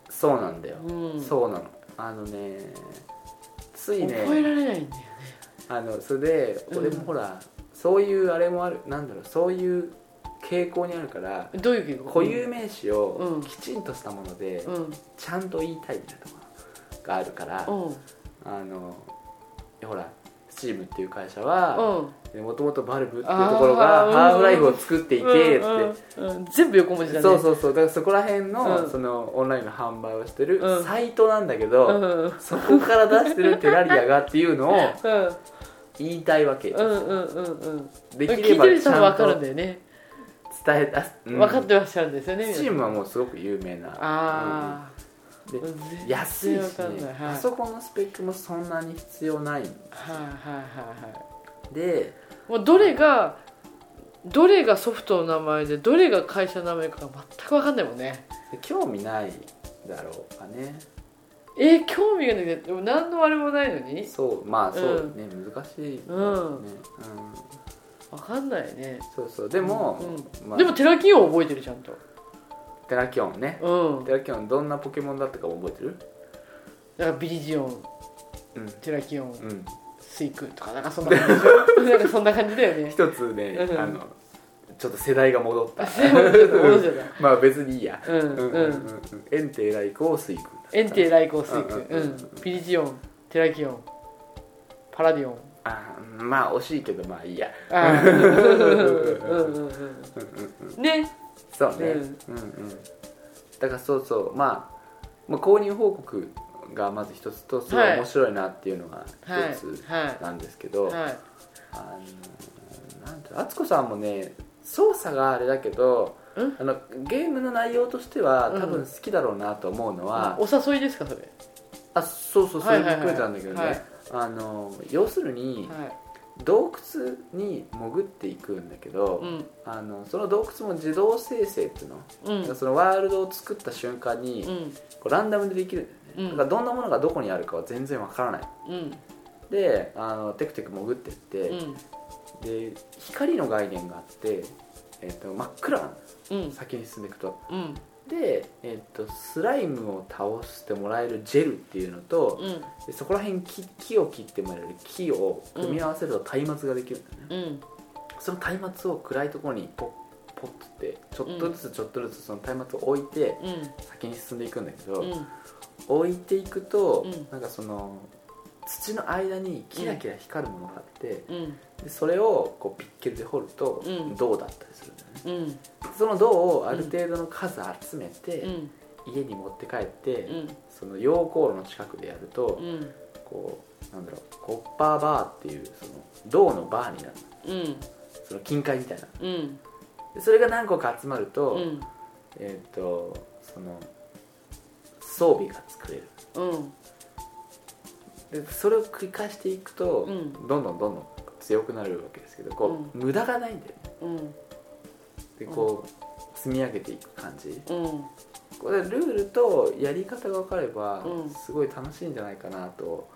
[SPEAKER 3] そうなんだよ、
[SPEAKER 4] うん
[SPEAKER 3] そうなのあのねついね
[SPEAKER 4] 覚えられないんだよ
[SPEAKER 3] あのそれで
[SPEAKER 4] うん
[SPEAKER 3] 俺もほら、そういうあれもあるなんだろうそういう傾向にあるから
[SPEAKER 4] どういう結構
[SPEAKER 3] 固有名詞
[SPEAKER 4] う
[SPEAKER 3] を
[SPEAKER 4] ん
[SPEAKER 3] きちんとしたもので、
[SPEAKER 4] うんうん
[SPEAKER 3] ちゃんと言いたいみたいなところがあるから、あのほらスチームっていう会社は
[SPEAKER 4] うん
[SPEAKER 3] もともとバルブっていうところが
[SPEAKER 4] あー
[SPEAKER 3] ハーフライフを作っていけって、
[SPEAKER 4] うんうんうん全部横文字だね
[SPEAKER 3] そうそうそうだからそこら辺の,、
[SPEAKER 4] うん
[SPEAKER 3] そのオンラインの販売をしてる
[SPEAKER 4] うん
[SPEAKER 3] サイトなんだけど、
[SPEAKER 4] うんうん
[SPEAKER 3] そこから出してるテラリアがっていうのを言いたいわけ、
[SPEAKER 4] うんうんうんうん
[SPEAKER 3] でき
[SPEAKER 4] 聞
[SPEAKER 3] れ
[SPEAKER 4] いてる
[SPEAKER 3] ば
[SPEAKER 4] 人
[SPEAKER 3] ち
[SPEAKER 4] も分
[SPEAKER 3] ゃん
[SPEAKER 4] かるん
[SPEAKER 3] と
[SPEAKER 4] だ
[SPEAKER 3] 伝
[SPEAKER 4] よね
[SPEAKER 3] えた、うん
[SPEAKER 4] 分かってらっしゃるんですよね
[SPEAKER 3] スチームはもうすごく有名な
[SPEAKER 4] ああ
[SPEAKER 3] うんでうん安
[SPEAKER 4] 安
[SPEAKER 3] い
[SPEAKER 4] い
[SPEAKER 3] し、ね
[SPEAKER 4] わかんないはい
[SPEAKER 3] パソコンのスペックもそんなに必要ない
[SPEAKER 4] はいはいはいはい
[SPEAKER 3] で
[SPEAKER 4] もうどれがどれがソフトの名前でどれが会社の名前かが全く分かんないもんね
[SPEAKER 3] で興味ないだろうかね
[SPEAKER 4] えー興味がなくてでも何のあれもないのに
[SPEAKER 3] そうまあそうね、難しい、ね
[SPEAKER 4] う
[SPEAKER 3] う
[SPEAKER 4] ん
[SPEAKER 3] ん
[SPEAKER 4] 分かんないね
[SPEAKER 3] そうそうでも、
[SPEAKER 4] うん
[SPEAKER 3] まあ
[SPEAKER 4] でもテラキオン覚えてるちゃんと
[SPEAKER 3] テラキオンね
[SPEAKER 4] うん
[SPEAKER 3] テラキオンどんなポケモンだったか覚えてる
[SPEAKER 4] だからビリジオン
[SPEAKER 3] うん
[SPEAKER 4] テラキオン
[SPEAKER 3] うん
[SPEAKER 4] スイクとかなんかそんな感じでしょ なんかそんな感じだよね
[SPEAKER 3] 一つね、
[SPEAKER 4] うん
[SPEAKER 3] あのちょっと世代が戻った
[SPEAKER 4] そういうことじゃない
[SPEAKER 3] まあ別にいいや
[SPEAKER 4] うん
[SPEAKER 3] う
[SPEAKER 4] うん
[SPEAKER 3] んうんうんエンテイライコをスイ君
[SPEAKER 4] エンテイライコースイク
[SPEAKER 3] うん
[SPEAKER 4] う
[SPEAKER 3] うん
[SPEAKER 4] んビリジオンテラキオンパラディオン
[SPEAKER 3] あーまあ惜しいけどまあいいや
[SPEAKER 4] ああうんうんうんうんね
[SPEAKER 3] そうね、
[SPEAKER 4] う
[SPEAKER 3] うんうんだからそうそうまあ、まあ、購入報告がまず一つとすごい面白いなっていうのが
[SPEAKER 4] はい
[SPEAKER 3] 一つ
[SPEAKER 4] は
[SPEAKER 3] なんですけど、
[SPEAKER 4] いはい
[SPEAKER 3] あのなんていうの敦子さんもね操作があれだけど
[SPEAKER 4] ん
[SPEAKER 3] あのゲームの内容としては
[SPEAKER 4] うん
[SPEAKER 3] 多分好きだろうなと思うのは、
[SPEAKER 4] お誘いですかそれは
[SPEAKER 3] あそうそうそ
[SPEAKER 4] は
[SPEAKER 3] れ
[SPEAKER 4] い
[SPEAKER 3] も
[SPEAKER 4] はいはい
[SPEAKER 3] 含めてなんだけどね、
[SPEAKER 4] はい
[SPEAKER 3] あの要するに
[SPEAKER 4] い
[SPEAKER 3] 洞窟に潜っていくんだけど、
[SPEAKER 4] うん
[SPEAKER 3] あのその洞窟も自動生成っていうの、
[SPEAKER 4] うん
[SPEAKER 3] だからそのワールドを作った瞬間に、
[SPEAKER 4] うん
[SPEAKER 3] こうランダムでできるんだよね、
[SPEAKER 4] うん
[SPEAKER 3] だからどんなものがどこにあるかは全然わからない
[SPEAKER 4] うん
[SPEAKER 3] であのテクテク潜ってって、
[SPEAKER 4] うん
[SPEAKER 3] で光の概念があって、えっと真っ暗なんだよ
[SPEAKER 4] うん
[SPEAKER 3] 先に進んでいくと
[SPEAKER 4] うん
[SPEAKER 3] で、えっとスライムを倒してもらえるジェルっていうのと、
[SPEAKER 4] うん
[SPEAKER 3] でそこら辺木木を切ってもらえる木を組み合わせると松明ができるんだよね、
[SPEAKER 4] うん
[SPEAKER 3] その松明を暗いところにポッポッってちょっとずつちょっとずつその松明を置いて
[SPEAKER 4] うん
[SPEAKER 3] 先に進んでいくんだけど、
[SPEAKER 4] うん
[SPEAKER 3] 置いていくと、
[SPEAKER 4] うん
[SPEAKER 3] なんかその土の間にキラキラ光るものがあって、
[SPEAKER 4] うん
[SPEAKER 3] でそれをこうピッケルで掘ると
[SPEAKER 4] うん
[SPEAKER 3] 銅だったりするんだよね
[SPEAKER 4] うん
[SPEAKER 3] その銅をある程度の数集め
[SPEAKER 4] う
[SPEAKER 3] て、
[SPEAKER 4] ん
[SPEAKER 3] 家に持って帰って、
[SPEAKER 4] うん
[SPEAKER 3] その溶鉱炉の近くでやると、
[SPEAKER 4] うん
[SPEAKER 3] こうなんだろうコッパーバーっていうその銅のバーになる
[SPEAKER 4] うん
[SPEAKER 3] その金塊みたいな
[SPEAKER 4] うん
[SPEAKER 3] でそれが何個か集まると、
[SPEAKER 4] うん
[SPEAKER 3] えっ、とその装備が作れる
[SPEAKER 4] うん
[SPEAKER 3] でそれを繰り返していくと、
[SPEAKER 4] うん
[SPEAKER 3] どんどんどんどん強くなるわけですけどこう、無駄がないんだよね
[SPEAKER 4] うん
[SPEAKER 3] でこう、積み上げていく感じ
[SPEAKER 4] うん
[SPEAKER 3] これルールとやり方が分かれば、
[SPEAKER 4] うん
[SPEAKER 3] すごい楽しいんじゃないかなと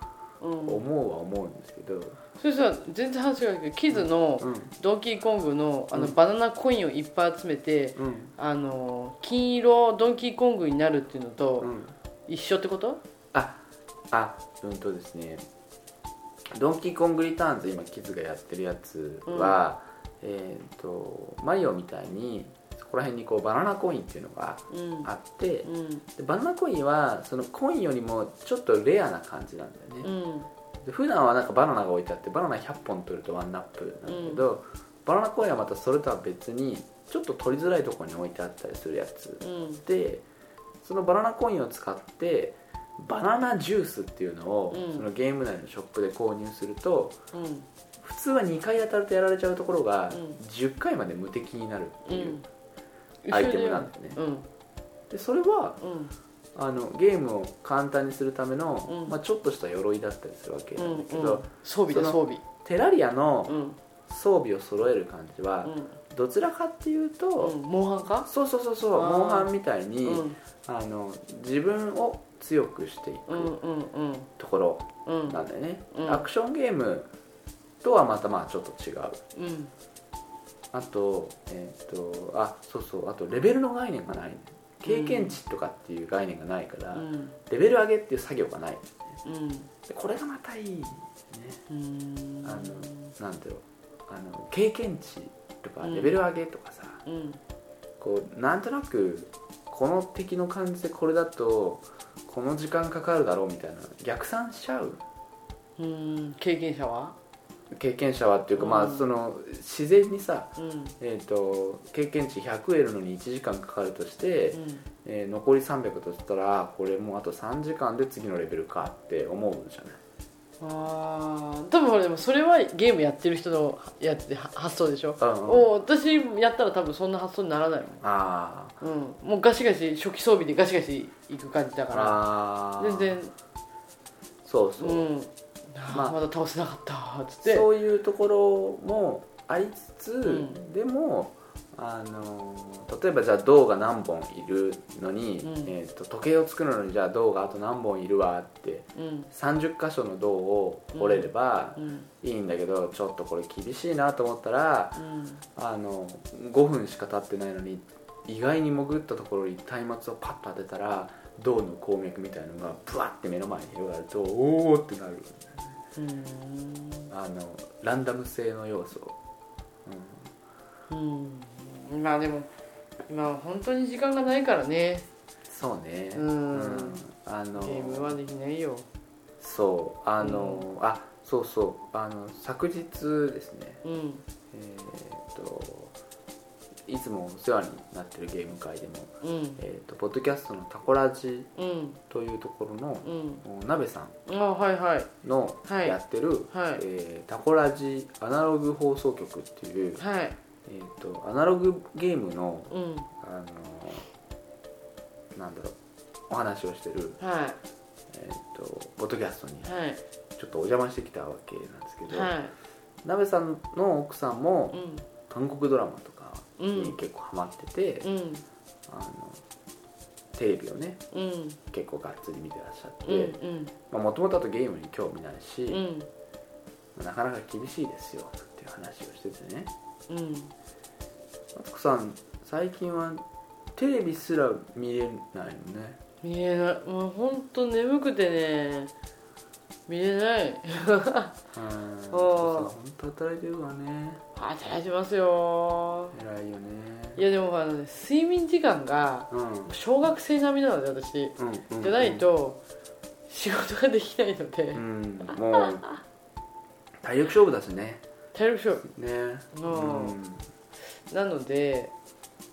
[SPEAKER 4] うん
[SPEAKER 3] 思うは思うんですけど、
[SPEAKER 4] それさ全然話が違うけどキズの
[SPEAKER 3] うん
[SPEAKER 4] ドンキーコングのあの
[SPEAKER 3] うん
[SPEAKER 4] バナナコインをいっぱい集めて
[SPEAKER 3] うん
[SPEAKER 4] あの金色ドンキーコングになるっていうのと
[SPEAKER 3] うん、
[SPEAKER 4] 一緒ってこと
[SPEAKER 3] ああうんとですね「ドンキーコングリターンズ」今キズがやってるやつは、えっ、とマリオみたいにそこら辺にこうバナナコインっていうのが
[SPEAKER 4] うん
[SPEAKER 3] あって
[SPEAKER 4] うん
[SPEAKER 3] でバナナコインはそのコインよりもちょっとレアな感じなんだよね、
[SPEAKER 4] うん
[SPEAKER 3] で普段はなんかバナナが置いてあってバナナ100本取るとワンナップなんだけど、バナナコインはまたそれとは別にちょっと取りづらいところに置いてあったりするやつ
[SPEAKER 4] うん
[SPEAKER 3] でそのバナナコインを使ってバナナジュースっていうのを、
[SPEAKER 4] うん
[SPEAKER 3] そのゲーム内のショップで購入すると
[SPEAKER 4] うん
[SPEAKER 3] 普通は2回当たるとやられちゃうところが
[SPEAKER 4] うん
[SPEAKER 3] 10回まで無敵になるって
[SPEAKER 4] う
[SPEAKER 3] いう、
[SPEAKER 4] ん
[SPEAKER 3] アイテムなんだよね
[SPEAKER 4] うんうん
[SPEAKER 3] でそれはあのゲームを簡単にするための、
[SPEAKER 4] うん
[SPEAKER 3] まあ、ちょっとした鎧だったりするわけ
[SPEAKER 4] う
[SPEAKER 3] なん
[SPEAKER 4] ん
[SPEAKER 3] だけ
[SPEAKER 4] う
[SPEAKER 3] ど、
[SPEAKER 4] ん装備だ
[SPEAKER 3] そ
[SPEAKER 4] 装備
[SPEAKER 3] テラリアの
[SPEAKER 4] うん
[SPEAKER 3] 装備を揃える感じは、どちらかっていうと、
[SPEAKER 4] うんうんモンハンか
[SPEAKER 3] そうそうそうそう
[SPEAKER 4] あー
[SPEAKER 3] モンハンみたいうに、
[SPEAKER 4] んうん
[SPEAKER 3] あの自分を強くしてい
[SPEAKER 4] うん
[SPEAKER 3] く
[SPEAKER 4] うん
[SPEAKER 3] ところ
[SPEAKER 4] うん
[SPEAKER 3] なんだよね、
[SPEAKER 4] うん
[SPEAKER 3] アクションゲームとはまたまあちょっと違う
[SPEAKER 4] うん
[SPEAKER 3] あとえっ、とあそうそうあとレベルの概念がない経験値とかっていう概念がないから、
[SPEAKER 4] うん
[SPEAKER 3] レベル上げっていう作業がない
[SPEAKER 4] うん
[SPEAKER 3] でこれがまたいいね
[SPEAKER 4] うん
[SPEAKER 3] あのなんだろうあの経験値とか
[SPEAKER 4] うん
[SPEAKER 3] レベル上げとかさ、
[SPEAKER 4] うん
[SPEAKER 3] こうなんとなくこの敵の感じでこれだとこの時間かかるだろうみたいな逆算しちゃう
[SPEAKER 4] うん経験者は
[SPEAKER 3] 経験者はっていうか、
[SPEAKER 4] うん
[SPEAKER 3] まあその自然にさ、
[SPEAKER 4] うんうん
[SPEAKER 3] えー、と経験値100得るのに1時間かかるとして、えー残り300としたらこれもうあと3時間で次のレベルかって思うじゃない
[SPEAKER 4] あー多分ほらでもそれはゲームやってる人のやつでは発想でしょ、
[SPEAKER 3] うんうん
[SPEAKER 4] お私やったら多分そんな発想にならない
[SPEAKER 3] あー
[SPEAKER 4] もん、うん、もうガシガシ初期装備でガシガシいく感じだから
[SPEAKER 3] あー
[SPEAKER 4] 全然
[SPEAKER 3] そうそうう、
[SPEAKER 4] ん
[SPEAKER 3] ま
[SPEAKER 4] ま
[SPEAKER 3] あ
[SPEAKER 4] まだ倒せなかったっつって
[SPEAKER 3] そういうところもありつつ、
[SPEAKER 4] うん
[SPEAKER 3] でもあの例えばじゃあ銅が何本いるのに、
[SPEAKER 4] うん
[SPEAKER 3] えー、と時計を作るのにじゃあ銅があと何本いるわって
[SPEAKER 4] うん
[SPEAKER 3] 30箇所の銅を折れれば
[SPEAKER 4] うん
[SPEAKER 3] いいんだけど、ちょっとこれ厳しいなと思ったら
[SPEAKER 4] うん
[SPEAKER 3] あの5分しか経ってないのに意外に潜ったところに松明をパッと当てたら銅の鉱脈みたいのがブワッて目の前に広がるとおおってなる
[SPEAKER 4] う
[SPEAKER 3] あのランダム性の要素、うん、
[SPEAKER 4] んうんまあでも今本当に時間がないからね
[SPEAKER 3] そうね
[SPEAKER 4] うん
[SPEAKER 3] あの
[SPEAKER 4] ゲームはできないよ
[SPEAKER 3] そうあの、あそうそうあの昨日ですね
[SPEAKER 4] うん
[SPEAKER 3] えーっといつもお世話になってるゲーム会でも、
[SPEAKER 4] うん
[SPEAKER 3] えーっとポッドキャストの「タコラジ
[SPEAKER 4] うん」
[SPEAKER 3] というところの、
[SPEAKER 4] うん
[SPEAKER 3] なべさ
[SPEAKER 4] あはいはい
[SPEAKER 3] んの
[SPEAKER 4] はい
[SPEAKER 3] やってる「
[SPEAKER 4] はい
[SPEAKER 3] えータコラジアナログ放送局」っていう、
[SPEAKER 4] はい
[SPEAKER 3] えーっとアナログゲームの
[SPEAKER 4] うん
[SPEAKER 3] あのなんだろうお話をしてる、
[SPEAKER 4] は
[SPEAKER 3] えーっとポッドキャストに
[SPEAKER 4] いはい
[SPEAKER 3] ちょっとお邪魔してきたわけなんですけど、
[SPEAKER 4] は
[SPEAKER 3] なべさんの奥さん
[SPEAKER 4] い。う
[SPEAKER 3] も
[SPEAKER 4] ん。
[SPEAKER 3] 韓国ドラマとか
[SPEAKER 4] う
[SPEAKER 3] に
[SPEAKER 4] ん
[SPEAKER 3] 結構ハマってて、
[SPEAKER 4] うん。
[SPEAKER 3] あのテレビをね
[SPEAKER 4] うん。
[SPEAKER 3] 結構がっつり見てらっしゃっ
[SPEAKER 4] うん。
[SPEAKER 3] てもともとあとゲームに興味ないし、
[SPEAKER 4] うん。うん。
[SPEAKER 3] なかなか厳しいですよっていう話をしててね
[SPEAKER 4] うん。
[SPEAKER 3] マツコさん最近はテレビすら見れないのね
[SPEAKER 4] 見えない。もう本当眠くてね。見れな
[SPEAKER 3] う
[SPEAKER 4] い。
[SPEAKER 3] んマツコさん
[SPEAKER 4] ー
[SPEAKER 3] 本当働いてるわね
[SPEAKER 4] 働いてますよ。
[SPEAKER 3] 偉いよね
[SPEAKER 4] いや、でも、あのね、睡眠時間が。
[SPEAKER 3] うん
[SPEAKER 4] 小学生並みなので、私。
[SPEAKER 3] うんうんうん
[SPEAKER 4] じゃないと。仕事ができないので
[SPEAKER 3] う。んもう体力勝負だしね
[SPEAKER 4] 体力勝負。
[SPEAKER 3] ね
[SPEAKER 4] うんなので。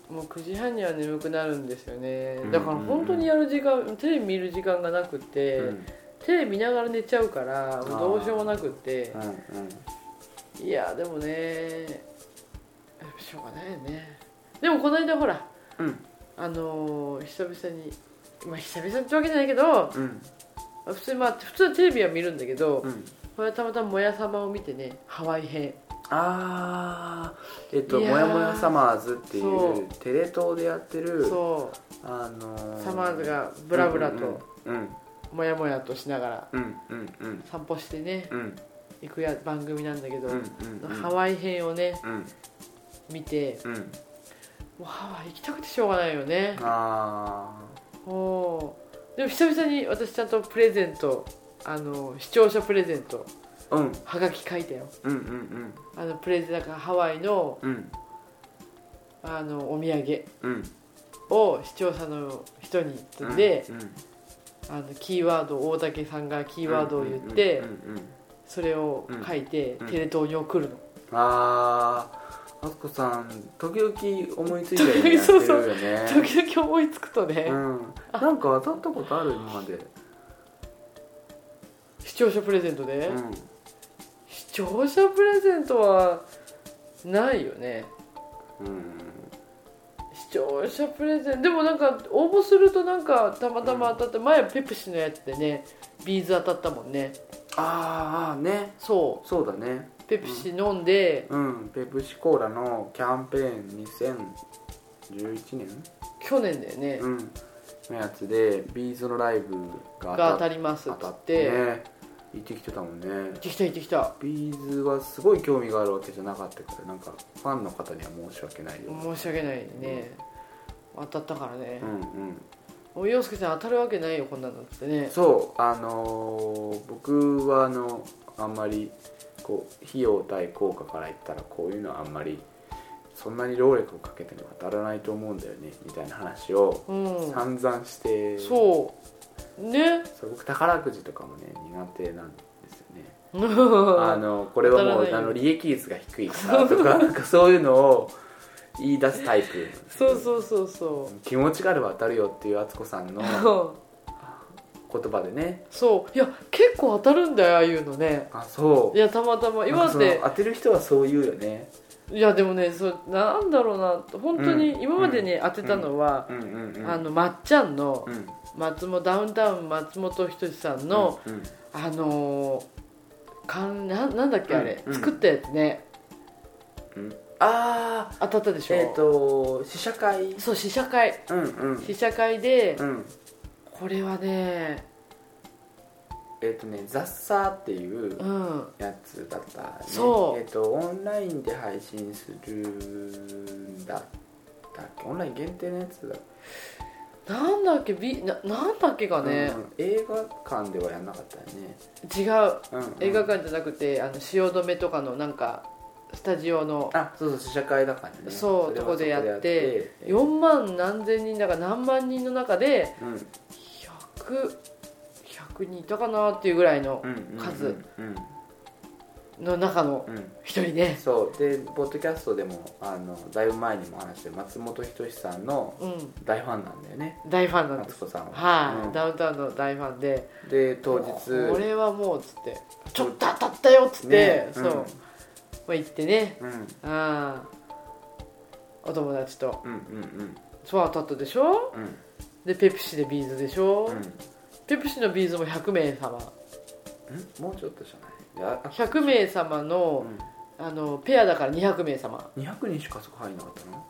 [SPEAKER 4] もう9時半には眠くなるんですよねだから本当にやる時間テレビ見る時間がなくて、
[SPEAKER 3] うん
[SPEAKER 4] テレビ見ながら寝ちゃうからもうどうしようもなくって
[SPEAKER 3] うんうん
[SPEAKER 4] いやでもねしょうがないよねでもこの間ほら
[SPEAKER 3] うん
[SPEAKER 4] あのー久々にまあ久々ってわけじゃないけど
[SPEAKER 3] うん
[SPEAKER 4] 普通にまあ普通はテレビは見るんだけど、
[SPEAKER 3] うん
[SPEAKER 4] これはたまたま「もやさま」を見てねハワイ編
[SPEAKER 3] あーえっと「
[SPEAKER 4] いや
[SPEAKER 3] も
[SPEAKER 4] ー
[SPEAKER 3] やもやサマーズ」ってい
[SPEAKER 4] そう
[SPEAKER 3] テレ東でやってる
[SPEAKER 4] そ
[SPEAKER 3] あの
[SPEAKER 4] う
[SPEAKER 3] ー
[SPEAKER 4] サマーズがブラブラと
[SPEAKER 3] うん
[SPEAKER 4] もやもやとしながら
[SPEAKER 3] うんうんうん
[SPEAKER 4] 散歩してね
[SPEAKER 3] うん
[SPEAKER 4] 行くや番組なんだけど、
[SPEAKER 3] うんうんうん
[SPEAKER 4] ハワイ編をね
[SPEAKER 3] うん
[SPEAKER 4] 見て
[SPEAKER 3] うん
[SPEAKER 4] もうハワイ行きたくてしょうがないよね
[SPEAKER 3] あ
[SPEAKER 4] おーでも久々に私ちゃんとプレゼントあの視聴者プレゼント
[SPEAKER 3] ーうん
[SPEAKER 4] はがき書いたよ
[SPEAKER 3] うんうん
[SPEAKER 4] あのプレゼントなんかハワイの
[SPEAKER 3] うんうん
[SPEAKER 4] あのお土産
[SPEAKER 3] うん
[SPEAKER 4] を視聴者の人に
[SPEAKER 3] うん
[SPEAKER 4] で、
[SPEAKER 3] うん
[SPEAKER 4] あのキーワード大竹さんがキーワードを言って、
[SPEAKER 3] うんうんうんうん
[SPEAKER 4] それを書いて、
[SPEAKER 3] うん
[SPEAKER 4] テレ東に送るの、
[SPEAKER 3] あーあつこさん時々思いついたようにやって
[SPEAKER 4] そう
[SPEAKER 3] る
[SPEAKER 4] そう
[SPEAKER 3] よね
[SPEAKER 4] 時々思いつくとね、
[SPEAKER 3] うん、なんか当たったことある今まで、
[SPEAKER 4] 視聴者プレゼントで、
[SPEAKER 3] うん、
[SPEAKER 4] 視聴者プレゼントはないよね
[SPEAKER 3] うん、
[SPEAKER 4] 視視聴者プレゼンでもなんか応募するとなんかたまたま当たって、前ペプシのやつでねビーズ当たったもんね
[SPEAKER 3] あーあーね
[SPEAKER 4] そ
[SPEAKER 3] そうだね
[SPEAKER 4] うペプシ飲んで、
[SPEAKER 3] うんペプシコーラのキャンペーン2011年
[SPEAKER 4] 去年だよね、
[SPEAKER 3] うんのやつでビーズのライブが
[SPEAKER 4] が
[SPEAKER 3] 当た
[SPEAKER 4] 当た
[SPEAKER 3] っ
[SPEAKER 4] りますっつ
[SPEAKER 3] 当た
[SPEAKER 4] っ
[SPEAKER 3] ってて
[SPEAKER 4] 行
[SPEAKER 3] ね行ってきてたもんね
[SPEAKER 4] ってきた行ってきた
[SPEAKER 3] ビーズはすごい興味があるわけじゃなかったからなんかファンの方には申し訳ないよ
[SPEAKER 4] 申し訳ないね、当たったからね
[SPEAKER 3] う、んうん
[SPEAKER 4] もう洋介さん当たるわけないよこんなのってね
[SPEAKER 3] そうあのー僕はあのあんまりこう費用対効果から言ったらこういうのはあんまりそんなに労力をかけても当たらないと思うんだよねみたいな話を
[SPEAKER 4] うん
[SPEAKER 3] 散々して、
[SPEAKER 4] そうね
[SPEAKER 3] そう僕宝くじとかもね苦手なんですよねあ
[SPEAKER 4] あ
[SPEAKER 3] のこれはも
[SPEAKER 4] 当たらないうよ
[SPEAKER 3] あの利益率が低いからとかなんかそういうの を言い出すタイプ
[SPEAKER 4] そうそうそうそ
[SPEAKER 3] 気持ちがあれば当たるよっていう敦子さんの言
[SPEAKER 4] う
[SPEAKER 3] 葉でね
[SPEAKER 4] そういや結構当たるんだよああいうのね
[SPEAKER 3] あそ
[SPEAKER 4] いうやたまたま
[SPEAKER 3] な
[SPEAKER 4] 今
[SPEAKER 3] んか
[SPEAKER 4] っ
[SPEAKER 3] その
[SPEAKER 4] て
[SPEAKER 3] 当てる人はそう言うよね
[SPEAKER 4] いやでもねそうなんだろうなと本当
[SPEAKER 3] うん
[SPEAKER 4] に今までに当てたのは、
[SPEAKER 3] うんうんうん
[SPEAKER 4] あのまっちゃんの
[SPEAKER 3] うん
[SPEAKER 4] 松本ダウンタウン松本人志さんの、
[SPEAKER 3] うんうん
[SPEAKER 4] あのーかんななんだっけあれ、
[SPEAKER 3] うんうん
[SPEAKER 4] 作ったやつね
[SPEAKER 3] ああ
[SPEAKER 4] 当たったでしょ、
[SPEAKER 3] えっ、と試写会
[SPEAKER 4] そう試写会
[SPEAKER 3] うんうん
[SPEAKER 4] 試写会で、
[SPEAKER 3] うん
[SPEAKER 4] これはね
[SPEAKER 3] えっ、とね「ザッサー」っていう
[SPEAKER 4] うん
[SPEAKER 3] やつだった、ね、
[SPEAKER 4] そう
[SPEAKER 3] えっ、とオンラインで配信するんだったっけオンライン限定のやつだ
[SPEAKER 4] なんだっけ、ビななんだっけかね、
[SPEAKER 3] うんうん映画館ではやんなかったよね、
[SPEAKER 4] 違う
[SPEAKER 3] うんうん
[SPEAKER 4] 映画館じゃなくてあの汐留とかのなんかスタジオの
[SPEAKER 3] あそうそう試写会だからね
[SPEAKER 4] そう
[SPEAKER 3] れは
[SPEAKER 4] とこでやって
[SPEAKER 3] そこでや
[SPEAKER 4] 4万何千人だから何万人の中で
[SPEAKER 3] うん
[SPEAKER 4] 100100人いたかなっていうぐらいの
[SPEAKER 3] うんうんうん
[SPEAKER 4] 数
[SPEAKER 3] うん
[SPEAKER 4] の中の
[SPEAKER 3] うん
[SPEAKER 4] 一人ね
[SPEAKER 3] そうでポッドキャストでもあのだいぶ前にも話して松本人志さんの
[SPEAKER 4] うん
[SPEAKER 3] 大ファンなんだよね
[SPEAKER 4] 大ファンなんです
[SPEAKER 3] 敦子さんは
[SPEAKER 4] はい、
[SPEAKER 3] うん
[SPEAKER 4] ダウンタウンの大ファンで
[SPEAKER 3] で当日
[SPEAKER 4] これはもうつって「ちょっと当たったよ」っつって、
[SPEAKER 3] ね
[SPEAKER 4] そう、まあ、行ってね
[SPEAKER 3] うん、うん
[SPEAKER 4] ああお友達と
[SPEAKER 3] うんうん
[SPEAKER 4] そう当たったでしょ
[SPEAKER 3] うんうん
[SPEAKER 4] でペプシでビーズでしょ、
[SPEAKER 3] うん
[SPEAKER 4] ペプシのビーズも100名様
[SPEAKER 3] んもうちょっとじゃないいやあ
[SPEAKER 4] 100名様の,、あのペアだから200名様
[SPEAKER 3] うん、200人しかそこ入んなかったの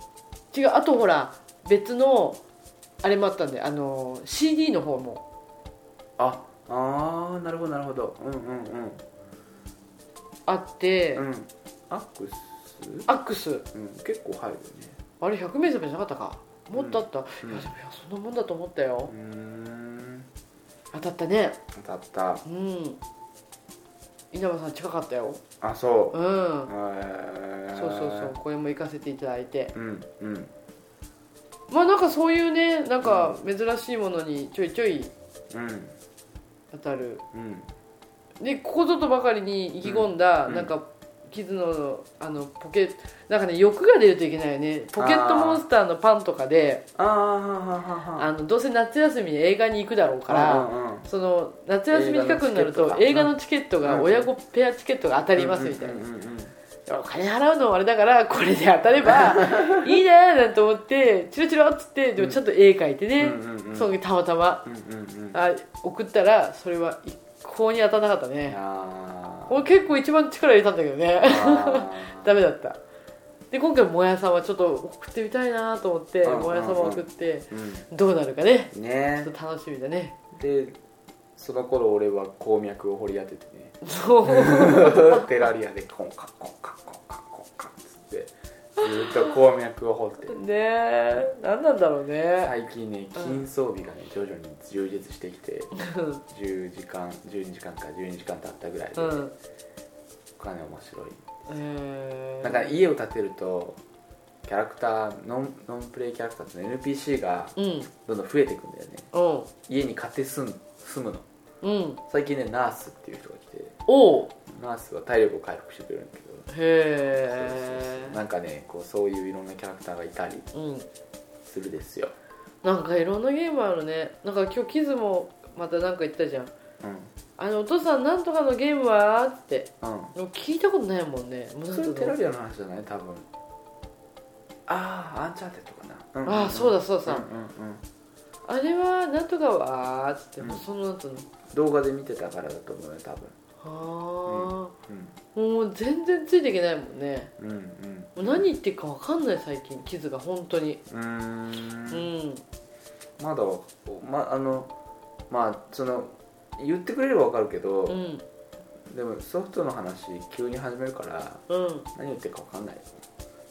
[SPEAKER 4] 違うあとほら別のあれもあったんであの CD の方も
[SPEAKER 3] ああーなるほどなるほどうんうんうん
[SPEAKER 4] あって、
[SPEAKER 3] うんアックス
[SPEAKER 4] アックス
[SPEAKER 3] うん結構入るね
[SPEAKER 4] あれ100名様じゃなかったかもっとあった、
[SPEAKER 3] うん
[SPEAKER 4] いやでもいやそんなもんだと思ったよ
[SPEAKER 3] うーん
[SPEAKER 4] 当たったね
[SPEAKER 3] 当たった
[SPEAKER 4] うん稲葉さん近かったよ
[SPEAKER 3] あそうう、
[SPEAKER 4] ん
[SPEAKER 3] えー、
[SPEAKER 4] そうそうそうこれも行かせていただいて
[SPEAKER 3] うんうん
[SPEAKER 4] まあなんかそういうねなんか珍しいものにちょいちょい
[SPEAKER 3] うん
[SPEAKER 4] 当たる
[SPEAKER 3] うん
[SPEAKER 4] でここぞとばかりに意気込んだ、
[SPEAKER 3] うん
[SPEAKER 4] なんか傷のあのポケなんかね欲が出るといけないよねポケットモンスターのパンとかで
[SPEAKER 3] あーははは
[SPEAKER 4] あ
[SPEAKER 3] はは
[SPEAKER 4] のどうせ夏休みに映画に行くだろうから、
[SPEAKER 3] うんうん
[SPEAKER 4] その夏休み企画になると
[SPEAKER 3] 映
[SPEAKER 4] 映
[SPEAKER 3] 画
[SPEAKER 4] 画
[SPEAKER 3] の
[SPEAKER 4] のチケット
[SPEAKER 3] う
[SPEAKER 4] が
[SPEAKER 3] ん
[SPEAKER 4] 親子ペアチケットが当たりますみたいな、
[SPEAKER 3] うんうんうんうん
[SPEAKER 4] お金払うのもあれだからこれで当たれ ばいいなーなんて思ってチロチロっつってでもちゃんと絵描いてね、
[SPEAKER 3] うんうんうん
[SPEAKER 4] その時たまたま
[SPEAKER 3] うんうんうん
[SPEAKER 4] あ送ったらそれは一向に当たらなかったね
[SPEAKER 3] あー
[SPEAKER 4] 俺結構一番力入れたんだけどね
[SPEAKER 3] あ
[SPEAKER 4] ダメだったで今回もやさんはちょっと送ってみたいなと思って
[SPEAKER 3] うんうんうん
[SPEAKER 4] もやさんも送って
[SPEAKER 3] ーう
[SPEAKER 4] どうなるかね
[SPEAKER 3] ん
[SPEAKER 4] ちょ
[SPEAKER 3] ね
[SPEAKER 4] っと楽しみだね
[SPEAKER 3] でその頃俺は鉱脈を掘り当ててね
[SPEAKER 4] そう
[SPEAKER 3] テラリアでコンカンコンカンコンカンコンカンっつってずっと鉱脈を掘って
[SPEAKER 4] ねえ何なんだろうね
[SPEAKER 3] 最近ね金装備がね徐々に充実してきて
[SPEAKER 4] うん
[SPEAKER 3] 10時間12時間か12時間経ったぐらいで、
[SPEAKER 4] うん
[SPEAKER 3] お金面白い
[SPEAKER 4] えー
[SPEAKER 3] なんか家を建てるとキャラクターノンノンプレイキャラクターっていうの NPC が
[SPEAKER 4] うん
[SPEAKER 3] どんどん増えていくんだよね
[SPEAKER 4] おう
[SPEAKER 3] 家に買って住む住むの
[SPEAKER 4] うん
[SPEAKER 3] 最近ねナースっていう人が来て
[SPEAKER 4] おう
[SPEAKER 3] ナースは体力を回復してくれるんだけど、
[SPEAKER 4] へ
[SPEAKER 3] そうそうそう
[SPEAKER 4] え
[SPEAKER 3] なんかねこうそういういろんなキャラクターがいたり
[SPEAKER 4] うん
[SPEAKER 3] するですよ、
[SPEAKER 4] なんかいろんなゲームあるねなんか今日キズもまたなんか言ってたじゃん
[SPEAKER 3] う
[SPEAKER 4] あのお父さんなんとかのゲームはって
[SPEAKER 3] んうん
[SPEAKER 4] でも聞いたことないもんねもうなん
[SPEAKER 3] そ
[SPEAKER 4] か
[SPEAKER 3] れテラリアの話じゃない多分ああアンチャーテッドかうん
[SPEAKER 4] あーそうだそうだ
[SPEAKER 3] んうんうん
[SPEAKER 4] あれはなんとかはっつって、
[SPEAKER 3] うん
[SPEAKER 4] もうその後の
[SPEAKER 3] 動画で見てたからだと思うよ多分
[SPEAKER 4] あ
[SPEAKER 3] うん
[SPEAKER 4] あ、もう全然ついていけないもんね
[SPEAKER 3] うんうん
[SPEAKER 4] もう何言ってるか分かんない最近キズが本当に
[SPEAKER 3] うーん
[SPEAKER 4] うん
[SPEAKER 3] まだまあのまあその言ってくれればわかるけど、
[SPEAKER 4] うん
[SPEAKER 3] でもソフトの話急に始めるから
[SPEAKER 4] うん
[SPEAKER 3] 何言ってるかわかんないよ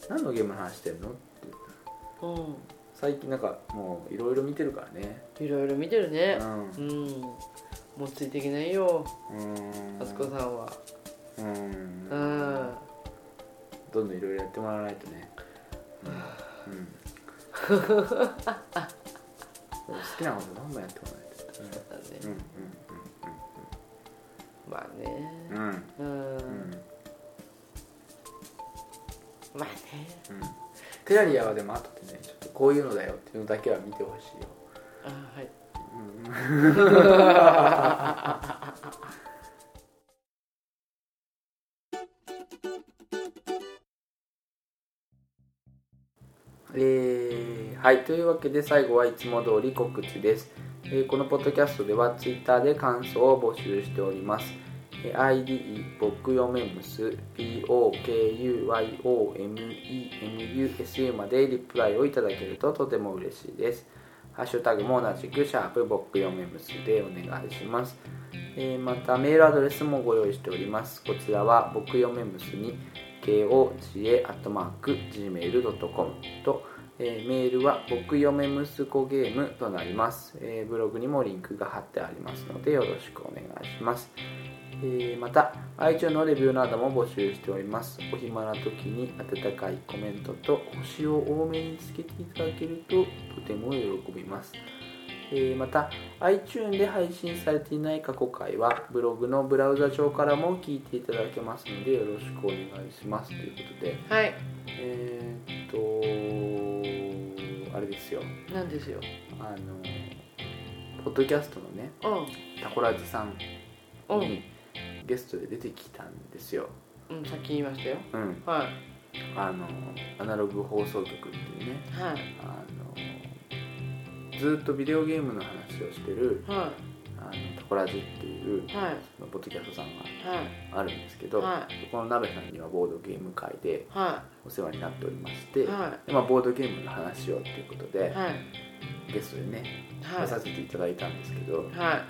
[SPEAKER 3] 何のゲームの話してんのって
[SPEAKER 4] うん
[SPEAKER 3] 最近なんかもういろいろ見てるからね
[SPEAKER 4] いろいろ見てるね
[SPEAKER 3] うん
[SPEAKER 4] うん、もうついていけないよ
[SPEAKER 3] うん
[SPEAKER 4] あつこさんは
[SPEAKER 3] うん
[SPEAKER 4] うん
[SPEAKER 3] どんどんいろいろやってもらわないとねうん、 うん、好きなことどんどんやってもらわないと
[SPEAKER 4] だね
[SPEAKER 3] うん
[SPEAKER 4] まあね
[SPEAKER 3] うんうんうん
[SPEAKER 4] うん、
[SPEAKER 3] うんうん
[SPEAKER 4] まあね
[SPEAKER 3] うんテラリアはでも後でねちょっとこういうのだよっていうのだけは見てほしいよ
[SPEAKER 4] あーはい
[SPEAKER 3] えーはいというわけで最後はいつも通り告知です、えーこのポッドキャストでは Twitter で感想を募集しておりますえー ID 僕よめむす POKUYOMEMUSU までリプライをいただけるととても嬉しいですハッシュタグも同じく、シャープボック読めむすでお願いします。えーまた、メールアドレスもご用意しております。こちらは、僕読めむすに、koca.gmail.com と、えーメールは、僕読めむすこゲームとなります、えーブログにもリンクが貼ってありますので、よろしくお願いします。えーまた iTunes のレビューなども募集しておりますお暇な時に温かいコメントと星を多めにつけていただけるととても喜びます、えーまた iTunes で配信されていない過去回はブログのブラウザ上からも聞いていただけますのでよろしくお願いしますということで
[SPEAKER 4] はい
[SPEAKER 3] えーっとあれですよ
[SPEAKER 4] なんですよ
[SPEAKER 3] あのポッドキャストのね
[SPEAKER 4] う
[SPEAKER 3] タコラジさん
[SPEAKER 4] んう
[SPEAKER 3] に
[SPEAKER 4] ん、
[SPEAKER 3] ゲストで出てきたんですよ、
[SPEAKER 4] うん、さっき言いましたよ
[SPEAKER 3] うん、
[SPEAKER 4] はい
[SPEAKER 3] あのアナログ放送局っていうね
[SPEAKER 4] はい
[SPEAKER 3] あのずっとビデオゲームの話をしてる
[SPEAKER 4] は
[SPEAKER 3] 「あのタコラジ」っていう
[SPEAKER 4] いはい
[SPEAKER 3] そのポッドキャストさんが
[SPEAKER 4] はい
[SPEAKER 3] あるんですけど、
[SPEAKER 4] は
[SPEAKER 3] そこの鍋さんにはボードゲーム会で
[SPEAKER 4] は
[SPEAKER 3] お世話になっておりまして、
[SPEAKER 4] は
[SPEAKER 3] でまあ、ボードゲームの話をっていうことで、
[SPEAKER 4] いはい
[SPEAKER 3] ゲストでね
[SPEAKER 4] は
[SPEAKER 3] 出
[SPEAKER 4] い
[SPEAKER 3] させていただいたんですけど、もう
[SPEAKER 4] は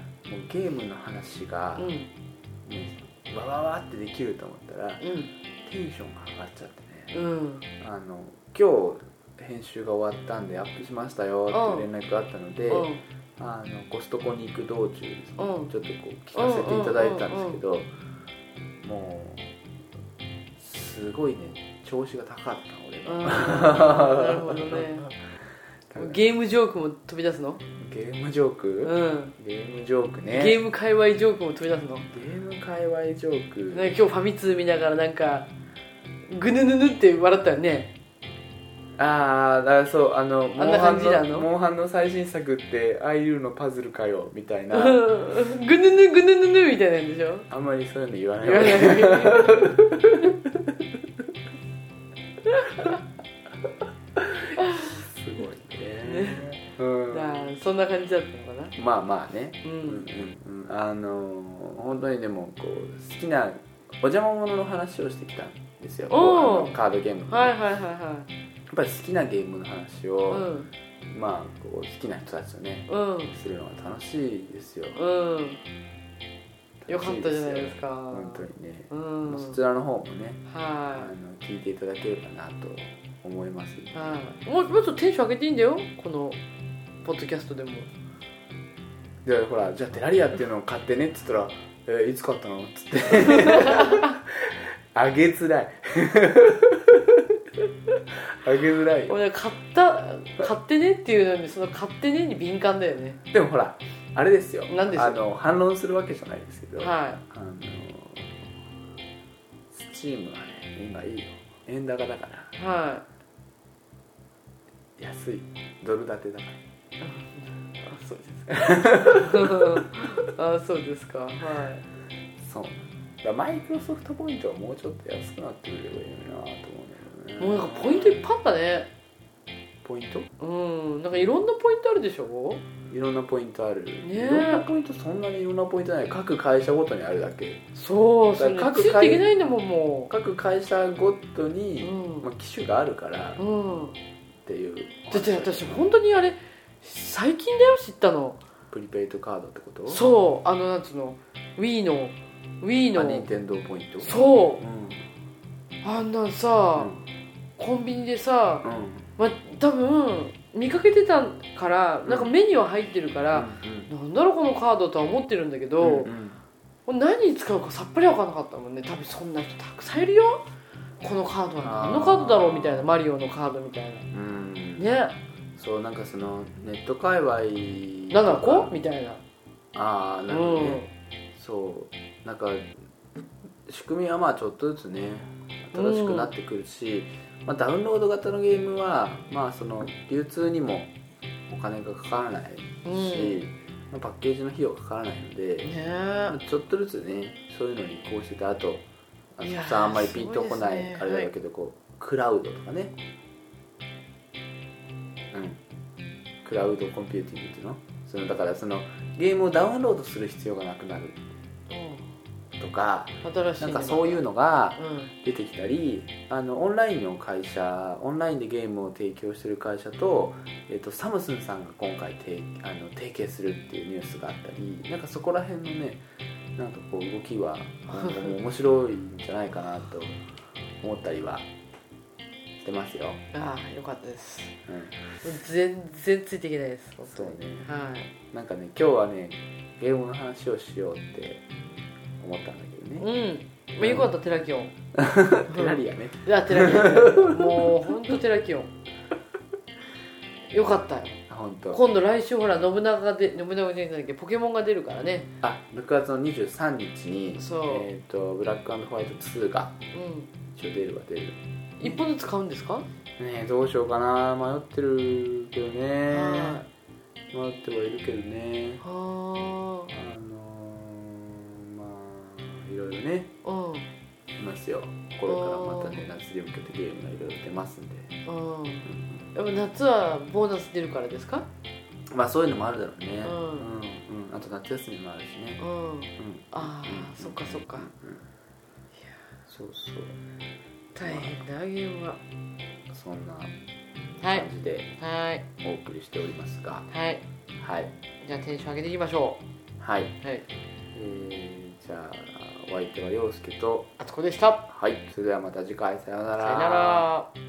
[SPEAKER 3] ゲームの話が、
[SPEAKER 4] いうん
[SPEAKER 3] もうわわわってできると思ったらテンションが上がっちゃってね。
[SPEAKER 4] うんうん
[SPEAKER 3] あの今日編集が終わったんでアップしましたよっていう連絡があったので、
[SPEAKER 4] うん
[SPEAKER 3] あのコストコに行く道中ですね、
[SPEAKER 4] うん
[SPEAKER 3] ちょっとこう聞かせていただいたんですけど、もうすごいね調子が高かった俺が、
[SPEAKER 4] なるほどねゲームジョークも飛び出すの
[SPEAKER 3] ゲームジョー
[SPEAKER 4] う
[SPEAKER 3] ク、
[SPEAKER 4] ん
[SPEAKER 3] ゲームジョークね
[SPEAKER 4] ゲーム界隈ジョークも飛び出すの
[SPEAKER 3] ゲーム界隈ジョーク、
[SPEAKER 4] なんか今日ファミ通見ながらなんかぐぬぬぬって笑ったよね
[SPEAKER 3] ああだからそうあの
[SPEAKER 4] あんな感じなの
[SPEAKER 3] モンハンの最新作って「アイルのパズルかよ」みたいな
[SPEAKER 4] うんぐぬぬぐぬぬぬみたいなんでしょ
[SPEAKER 3] あんまりそういうの言わない
[SPEAKER 4] 言わない
[SPEAKER 3] すごいね。うん、
[SPEAKER 4] あーそんな感じだったのかな
[SPEAKER 3] まあまあね。
[SPEAKER 4] う
[SPEAKER 3] うんうんうん、あのー本当にでもこう好きなお邪魔者の話をしてきたんですよ。
[SPEAKER 4] おー
[SPEAKER 3] あのカードゲームの、
[SPEAKER 4] はい
[SPEAKER 3] やっ
[SPEAKER 4] はいはいは
[SPEAKER 3] ぱり好きなゲームの話
[SPEAKER 4] い
[SPEAKER 3] を、
[SPEAKER 4] うん
[SPEAKER 3] まあこう好きな人たちとね
[SPEAKER 4] うん
[SPEAKER 3] するのが楽しいですよ。
[SPEAKER 4] うんよかったじゃないです
[SPEAKER 3] か。
[SPEAKER 4] か
[SPEAKER 3] 本当にね。
[SPEAKER 4] うん
[SPEAKER 3] そちらの方もね、あの
[SPEAKER 4] は
[SPEAKER 3] 聞いていただければなと思います。
[SPEAKER 4] いはいもうもうちょっとテンション上げていいんだよこのポッドキャストでも
[SPEAKER 3] でほらじゃあテラリアっていうのを買ってねっつったら「えーいつ買ったの?」っつって あげづらい あげづらいよ
[SPEAKER 4] 俺買った買ってねっていうのにその買ってねに敏感だよね
[SPEAKER 3] でもほらあれですよ
[SPEAKER 4] 何ですよ
[SPEAKER 3] あの反論するわけじゃないですけど、
[SPEAKER 4] は
[SPEAKER 3] あのスチームはね今いいよ円高だから
[SPEAKER 4] い は
[SPEAKER 3] 安いドル建てだか
[SPEAKER 4] いあそうですかあそうですかは
[SPEAKER 3] らそうだからマイクロソフトポイントはもうちょっと安くなってくれればいいのになと思うんだけ
[SPEAKER 4] い
[SPEAKER 3] どね
[SPEAKER 4] もうなんかポイントいっぱいあったね
[SPEAKER 3] ポイント
[SPEAKER 4] うんなんかいろんなポイントあるでしょ
[SPEAKER 3] いろんなポイントある、
[SPEAKER 4] え
[SPEAKER 3] いろんなポイントそんなにいろんなポイントない各会社ごとにあるだけ
[SPEAKER 4] そうそれ
[SPEAKER 3] だから
[SPEAKER 4] つ
[SPEAKER 3] 各回
[SPEAKER 4] いていけないんだもんも
[SPEAKER 3] 各会社ごと
[SPEAKER 4] うう
[SPEAKER 3] に、
[SPEAKER 4] ん、
[SPEAKER 3] まあ、機種があるからっ
[SPEAKER 4] うん、
[SPEAKER 3] ていう
[SPEAKER 4] だって私本当にあれ最近だよ知ったの
[SPEAKER 3] プリペイトカードってことう
[SPEAKER 4] そうあのなんつうの Wii の Wii
[SPEAKER 3] 任
[SPEAKER 4] の
[SPEAKER 3] 天堂ポイント、
[SPEAKER 4] そう
[SPEAKER 3] ん、
[SPEAKER 4] あんなんさ、コンビニでさ、
[SPEAKER 3] うん、
[SPEAKER 4] まあ、多分見かけてたからなんか目には入ってるから、なんだろうこのカードとは思ってるんだけ
[SPEAKER 3] うん
[SPEAKER 4] ど、
[SPEAKER 3] うんうん
[SPEAKER 4] これ何に使うかさっぱり分からなかったもんね多分そんな人たくさんいるよこのカードは何のカードだろうみたいなマリオのカードみたい
[SPEAKER 3] うん
[SPEAKER 4] なね
[SPEAKER 3] そうなんかそのネット界隈
[SPEAKER 4] 七個みたいな
[SPEAKER 3] ああなる
[SPEAKER 4] う
[SPEAKER 3] ほどね、
[SPEAKER 4] ん
[SPEAKER 3] そうなんか仕組みはまあちょっとずつね新しくなってくるし、まあ、ダウンロード型のゲームはまあその流通にもお金がかからないし、まあパッケージの費用がかからないので、
[SPEAKER 4] ね
[SPEAKER 3] まあちょっとずつねそういうのに移行しててあとあ
[SPEAKER 4] い
[SPEAKER 3] の
[SPEAKER 4] やー
[SPEAKER 3] さあんまりピンとこない
[SPEAKER 4] すごいですね
[SPEAKER 3] あれだけど、こうクラウドとかねうんクラウドコンピューティングっていうのそのだからそのゲームをダウンロードする必要がなくなるとか
[SPEAKER 4] うん新しい
[SPEAKER 3] な
[SPEAKER 4] ね
[SPEAKER 3] んかそういうのが
[SPEAKER 4] う
[SPEAKER 3] 出てきたりあのオンラインの会社オンラインでゲームを提供してる会社と,、えっとサムスンさんが今回提あの提携するっていうニュースがあったりなんかそこら辺のねなんかこう動きはなんかもう面白いんじゃないかなと思ったりはしてますよ。
[SPEAKER 4] んああよかったです
[SPEAKER 3] うん、
[SPEAKER 4] 全然ついていけないです本
[SPEAKER 3] そ
[SPEAKER 4] 当
[SPEAKER 3] うね
[SPEAKER 4] にはい
[SPEAKER 3] なんかね今日はねゲームの話をしようって思ったんだけどね。
[SPEAKER 4] うんまあよかったテラキオン
[SPEAKER 3] テラリアね。
[SPEAKER 4] いやテラキオンもう本当テラキオンよかったよ
[SPEAKER 3] あ本当。
[SPEAKER 4] 今度来週ほら信長がで信長じゃないんだっけポケモンが出るからね
[SPEAKER 3] あ6月の23日に
[SPEAKER 4] そう
[SPEAKER 3] えー、とブラックホワイト2が
[SPEAKER 4] う
[SPEAKER 3] 一応出るは出るね
[SPEAKER 4] ん一本ずつ買うんですか
[SPEAKER 3] えどうしようかな迷ってるけどね
[SPEAKER 4] は
[SPEAKER 3] 迷ってはいるけどね
[SPEAKER 4] は
[SPEAKER 3] あのー、まあいろいろね
[SPEAKER 4] あうんうん
[SPEAKER 3] いますよこれからまたね夏に向けてゲームがいろいろ出ますんで
[SPEAKER 4] やっぱ夏はボーナス出るからですか
[SPEAKER 3] まあそういうのもあるだろうね
[SPEAKER 4] うん
[SPEAKER 3] うんうんあと夏休みもあるしね
[SPEAKER 4] うん
[SPEAKER 3] うんう
[SPEAKER 4] あ
[SPEAKER 3] ん
[SPEAKER 4] あそっかそっか
[SPEAKER 3] うんうんそうそう
[SPEAKER 4] 大変だゲームは
[SPEAKER 3] そんな
[SPEAKER 4] は
[SPEAKER 3] 感
[SPEAKER 4] い
[SPEAKER 3] じで
[SPEAKER 4] はい
[SPEAKER 3] お送りしておりますが
[SPEAKER 4] はい
[SPEAKER 3] はい
[SPEAKER 4] じゃあテンション上げていきましょ
[SPEAKER 3] はいう
[SPEAKER 4] はい
[SPEAKER 3] えーじゃあお相手は陽介と
[SPEAKER 4] あつこでした
[SPEAKER 3] はいそれではまた次回さような
[SPEAKER 4] さよなら